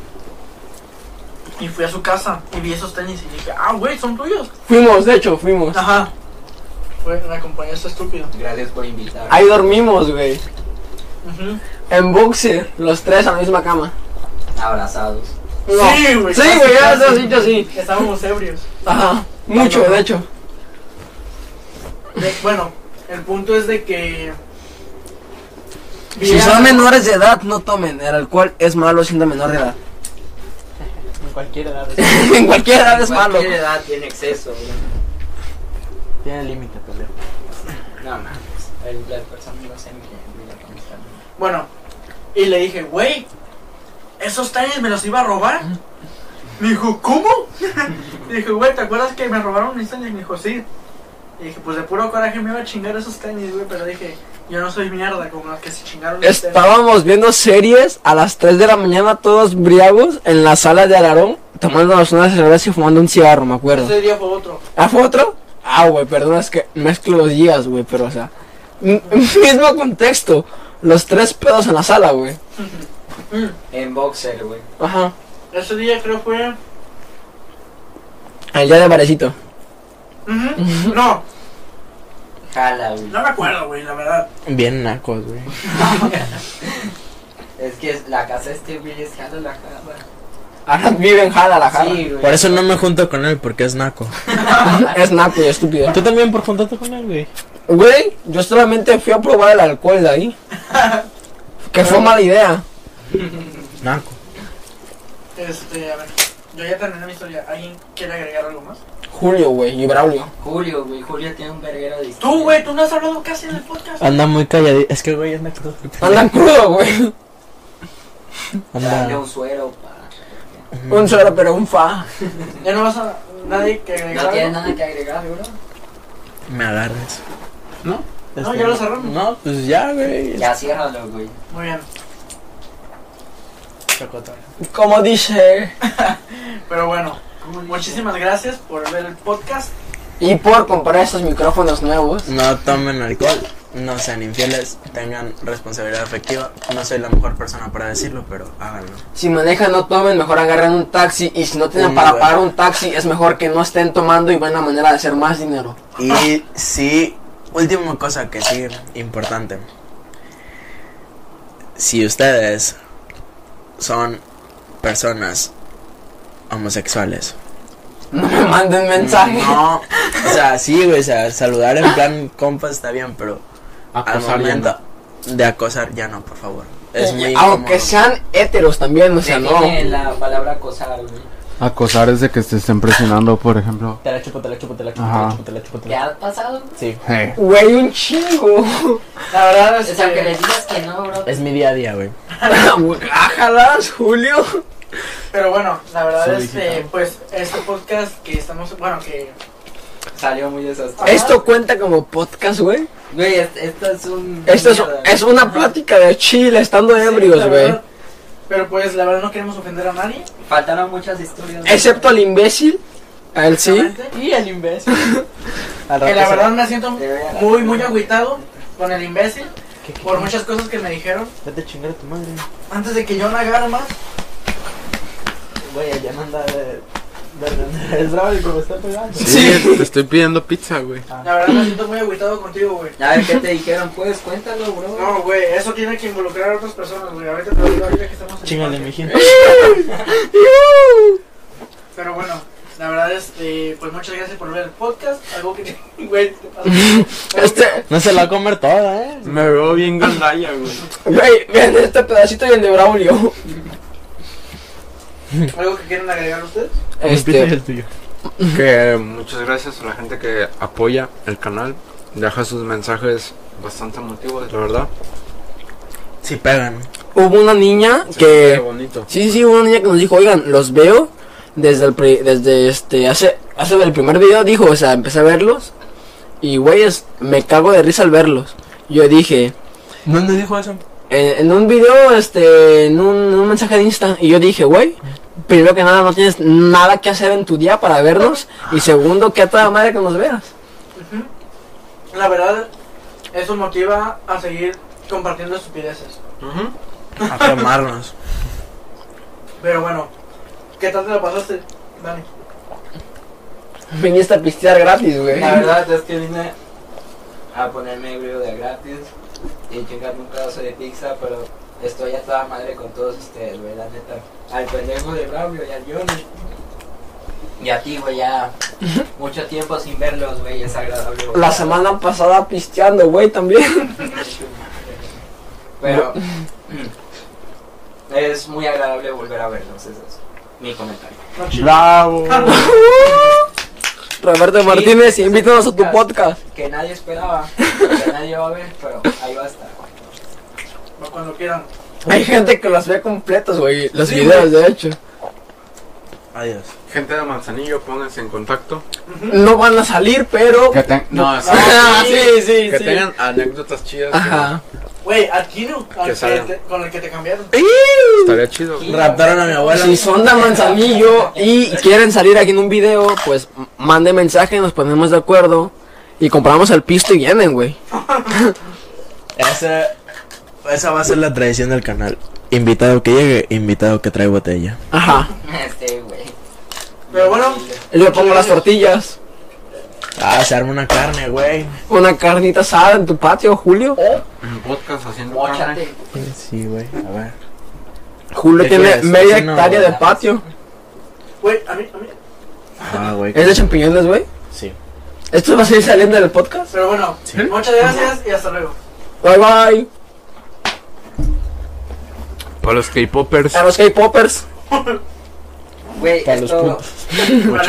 S1: Y fui a su casa y vi esos tenis y dije, ah, güey, son tuyos.
S3: Fuimos, de hecho, fuimos.
S1: Ajá. Fue, me acompañó este estúpido.
S4: Gracias por invitarme.
S3: Ahí dormimos, güey.
S1: Ujú.
S3: En boxer, los tres a la misma cama.
S4: Abrazados.
S3: No.
S1: Sí, güey.
S3: Sí,
S1: casi,
S3: güey, ya
S1: casi.
S3: lo has dicho así.
S1: Estábamos ebrios.
S3: Ajá. Mucho, de hecho.
S1: De- bueno, el punto es de que.
S3: Si son menores de edad, no tomen. El alcohol es malo siendo menor de edad.
S9: En cualquier edad.
S3: en cualquier edad es malo.
S4: Cualquier edad tiene exceso, bro.
S9: Tiene límite, pendejo.
S4: No, mames. El- La persona no se entiende. la consta.
S1: Bueno, y le dije, güey, esos tenis me los iba a robar. Me dijo, ¿cómo? Le dije, güey, ¿te acuerdas que me robaron mis tenis? Me dijo, sí. Y dije, pues de puro coraje me iba a chingar esos tenis, güey. Pero dije, yo no soy mierda como los que se chingaron. los tenis.
S3: Estábamos viendo series a las 3 de la mañana, todos briagos, en la sala de Alarón, tomándonos unas cervezas y fumando un cigarro, me acuerdo.
S1: Ese día fue otro.
S3: ¿Ah, fue otro? Ah, güey, perdón, es que mezclo los días, güey, pero o sea. m- mismo contexto. Los tres pedos en la sala, güey.
S4: En boxer, güey.
S3: Ajá.
S1: Mm, Ese día creo fue.
S3: El día de Varecito.
S1: Ujú. No,
S4: Jala, güey.
S1: no me acuerdo, güey, la verdad.
S2: Bien nacos, güey.
S4: Es que es- la casa de este güey es jala la casa.
S3: Ahora vive en Guadalajara.
S4: Sí, güey.
S2: Por eso no me junto con él, porque es naco.
S3: es naco y estúpido.
S2: Tú también por juntarte con él, güey.
S3: Güey, yo solamente fui a probar el alcohol de ahí. que fue mala idea.
S2: Naco.
S1: Este, a ver. Yo ya terminé mi historia. ¿Alguien quiere agregar algo más?
S3: Julio, güey, y Braulio.
S4: Julio, güey. Julio tiene un verguero de
S1: Tú, güey, tú no has hablado casi en el podcast.
S2: Anda muy calladito. Es que, güey, es naco.
S3: Andan crudo, güey.
S4: Dale
S2: Anda.
S4: un suero, pa.
S3: Un solo, pero un fa.
S1: Ya no vas a. Nadie que agregar.
S4: No tiene
S1: algo?
S4: nada que agregar, bro.
S2: Me agarres.
S1: ¿No? No,
S2: Este,
S1: ya lo cerramos.
S2: No, pues ya, güey.
S4: Ya ciérralo, güey.
S1: Muy bien.
S3: Como dice.
S1: Pero bueno, muchísimas gracias por ver el podcast.
S3: Y por comprar estos micrófonos nuevos.
S2: No tomen alcohol, no sean infieles, tengan responsabilidad afectiva. No soy la mejor persona para decirlo, pero háganlo.
S3: Si manejan, no tomen, mejor agarren un taxi. Y si no tienen
S2: Un
S3: para
S2: Uber.
S3: pagar un taxi, es mejor que no estén tomando y van a manera de hacer más dinero.
S2: Y sí, última cosa que sí, importante. Si ustedes son personas homosexuales,
S3: No me manden mensaje.
S2: no, o sea, sí, güey, o sea, saludar en plan compa está bien, pero al
S7: Acosar ya
S2: momento de acosar ya no, por favor. Es muy
S3: Aunque
S2: incómodo.
S3: sean héteros también, o sea, no.
S4: Tiene la palabra acosar, güey.
S5: Acosar es de que te estén presionando, por ejemplo.
S2: Te la chupo, te la chupo, te la chupo, te la
S5: Ajá.
S2: chupo, te la chupo, te
S4: ¿Te
S2: la
S4: ha pasado? güey?
S2: Sí,
S5: Hey.
S3: Güey, un chingo.
S1: La verdad este,
S4: O
S1: es
S4: sea, que le
S1: que.
S4: digas que no, bro.
S2: es mi día a día, güey.
S3: Ájalas, Julio.
S1: Pero bueno, la verdad es que,
S5: Solicitado.
S1: pues, este podcast que estamos. Bueno, que.
S4: Salió muy desastroso.
S1: Ajá.
S3: Esto cuenta como podcast, güey.
S4: Güey, es- esto es un.
S3: Esto es,
S4: mierda,
S3: es una plática de chile estando
S1: sí,
S3: ebrios,
S1: la
S3: güey.
S1: verdad, Pero pues, la verdad no queremos ofender a nadie.
S4: güey. Faltaron muchas historias. güey.
S3: Excepto al imbécil. A él sí.
S1: obviamente.
S4: Y el imbécil.
S2: Al
S1: Que
S2: rato
S1: la
S2: se-
S1: verdad me siento
S4: De verdad.
S1: muy, muy agüitado con el imbécil por muchas cosas que me dijeron.
S2: Vete a chingar a tu madre.
S1: Antes de que yo la agarre más.
S4: Güey, allá manda de.
S2: Es bravo el que me está pegando.
S7: Sí, te estoy pidiendo pizza, güey.
S1: La verdad me siento muy agüitado contigo, güey.
S4: A ver, ¿qué te dijeron? Pues cuéntalo, bro.
S1: No, güey, eso tiene que involucrar a otras personas, güey. Ahorita te lo digo, ahorita que estamos en
S2: Chingale,
S1: el parque.
S2: mi gente.
S1: Pero bueno, la verdad es, eh, pues muchas gracias por ver el podcast. Algo que te... Güey, te pasa.
S3: Este,
S2: No se la va a comer toda, eh.
S7: Me veo bien gandalla, güey.
S3: güey, vean este pedacito y el de Braulio.
S1: ¿Algo que quieren agregar ustedes?
S3: Este,
S7: Que muchas gracias a la gente que apoya el canal. Deja sus mensajes bastante emotivos, la verdad.
S2: Si pegan.
S3: hubo una niña
S7: Qué
S3: que.
S7: bonito.
S3: Sí, sí, hubo una niña que nos dijo, oigan, los veo desde el pri- desde este, hace, hace el primer video dijo, o sea, empecé a verlos y güeyes, me cago de risa al verlos. Yo dije,
S2: ¿Dónde dijo eso?
S3: Eh, en, en un video, este, en un, en un mensaje de Insta, y yo dije, güey, primero que nada no tienes nada que hacer en tu día para vernos, y segundo, que a toda madre que nos veas.
S1: La verdad, eso motiva a seguir compartiendo estupideces.
S2: A tomarnos.
S1: Pero bueno, ¿qué tal te lo pasaste, Dani?
S3: Viniste a pistear gratis, güey.
S4: La verdad es que vine a ponerme ebrio de gratis y chingarme un pedazo de pizza, pero estoy a toda madre con todos ustedes, güey, la neta. Al pendejo de Braulio y al Johnny. Y a ti, güey, ya mucho tiempo sin verlos, güey, es agradable. güey.
S3: La semana pasada pisteando, güey, también.
S4: Pero es muy agradable volver a verlos, eso es mi comentario.
S1: No, chido.
S7: Bravo.
S3: Roberto Martínez, invítanos a tu podcast.
S4: Que nadie esperaba, que nadie va a ver, pero ahí va a estar.
S1: Cuando quieran.
S2: Eh,
S3: Hay gente que los ve completos, güey. Los
S1: Sí,
S3: videos, de hecho.
S2: Adiós.
S6: Gente de Manzanillo, pónganse en contacto.
S3: No van a salir, pero.
S10: Que ten-
S6: No, sí,
S3: Ah, sí, sí,
S6: que
S3: sí.
S6: tengan anécdotas chidas. que-
S3: Ajá.
S1: Güey, Aquino, al
S6: Que
S1: que
S6: salgan.
S1: te- con el que te cambiaron.
S6: Estaría chido.
S2: Raptaron a mi abuela.
S3: Si son de Manzanillo y quieren salir aquí en un video, pues m- mande mensaje, nos ponemos de acuerdo y compramos el pisto y vienen, güey.
S2: Esa, esa va a ser la tradición del canal. Invitado que llegue, invitado que trae botella.
S3: Ajá.
S4: Este, güey.
S1: Pero bueno,
S3: Yo pongo las tortillas.
S2: Ah, se arma una carne, güey.
S3: Una carnita asada en tu patio, Julio.
S6: Un podcast haciendo carne.
S4: Móchate.
S2: Sí, güey. A ver.
S3: Julio
S2: ¿Qué
S3: tiene
S2: quieres?
S3: media
S2: ¿Ese no,
S3: hectárea de
S2: verdad?
S3: patio.
S1: güey, a mí, a mí.
S2: Ah, güey.
S3: ¿Es de champiñones, güey?
S2: Sí.
S3: ¿Esto va a seguir saliendo del podcast?
S1: Pero bueno, muchas gracias y hasta luego.
S3: Bye bye.
S6: Para los K-Poppers,
S3: A los K-Poppers.
S4: Güey,
S2: Para los
S4: esto.
S2: putos.
S1: Para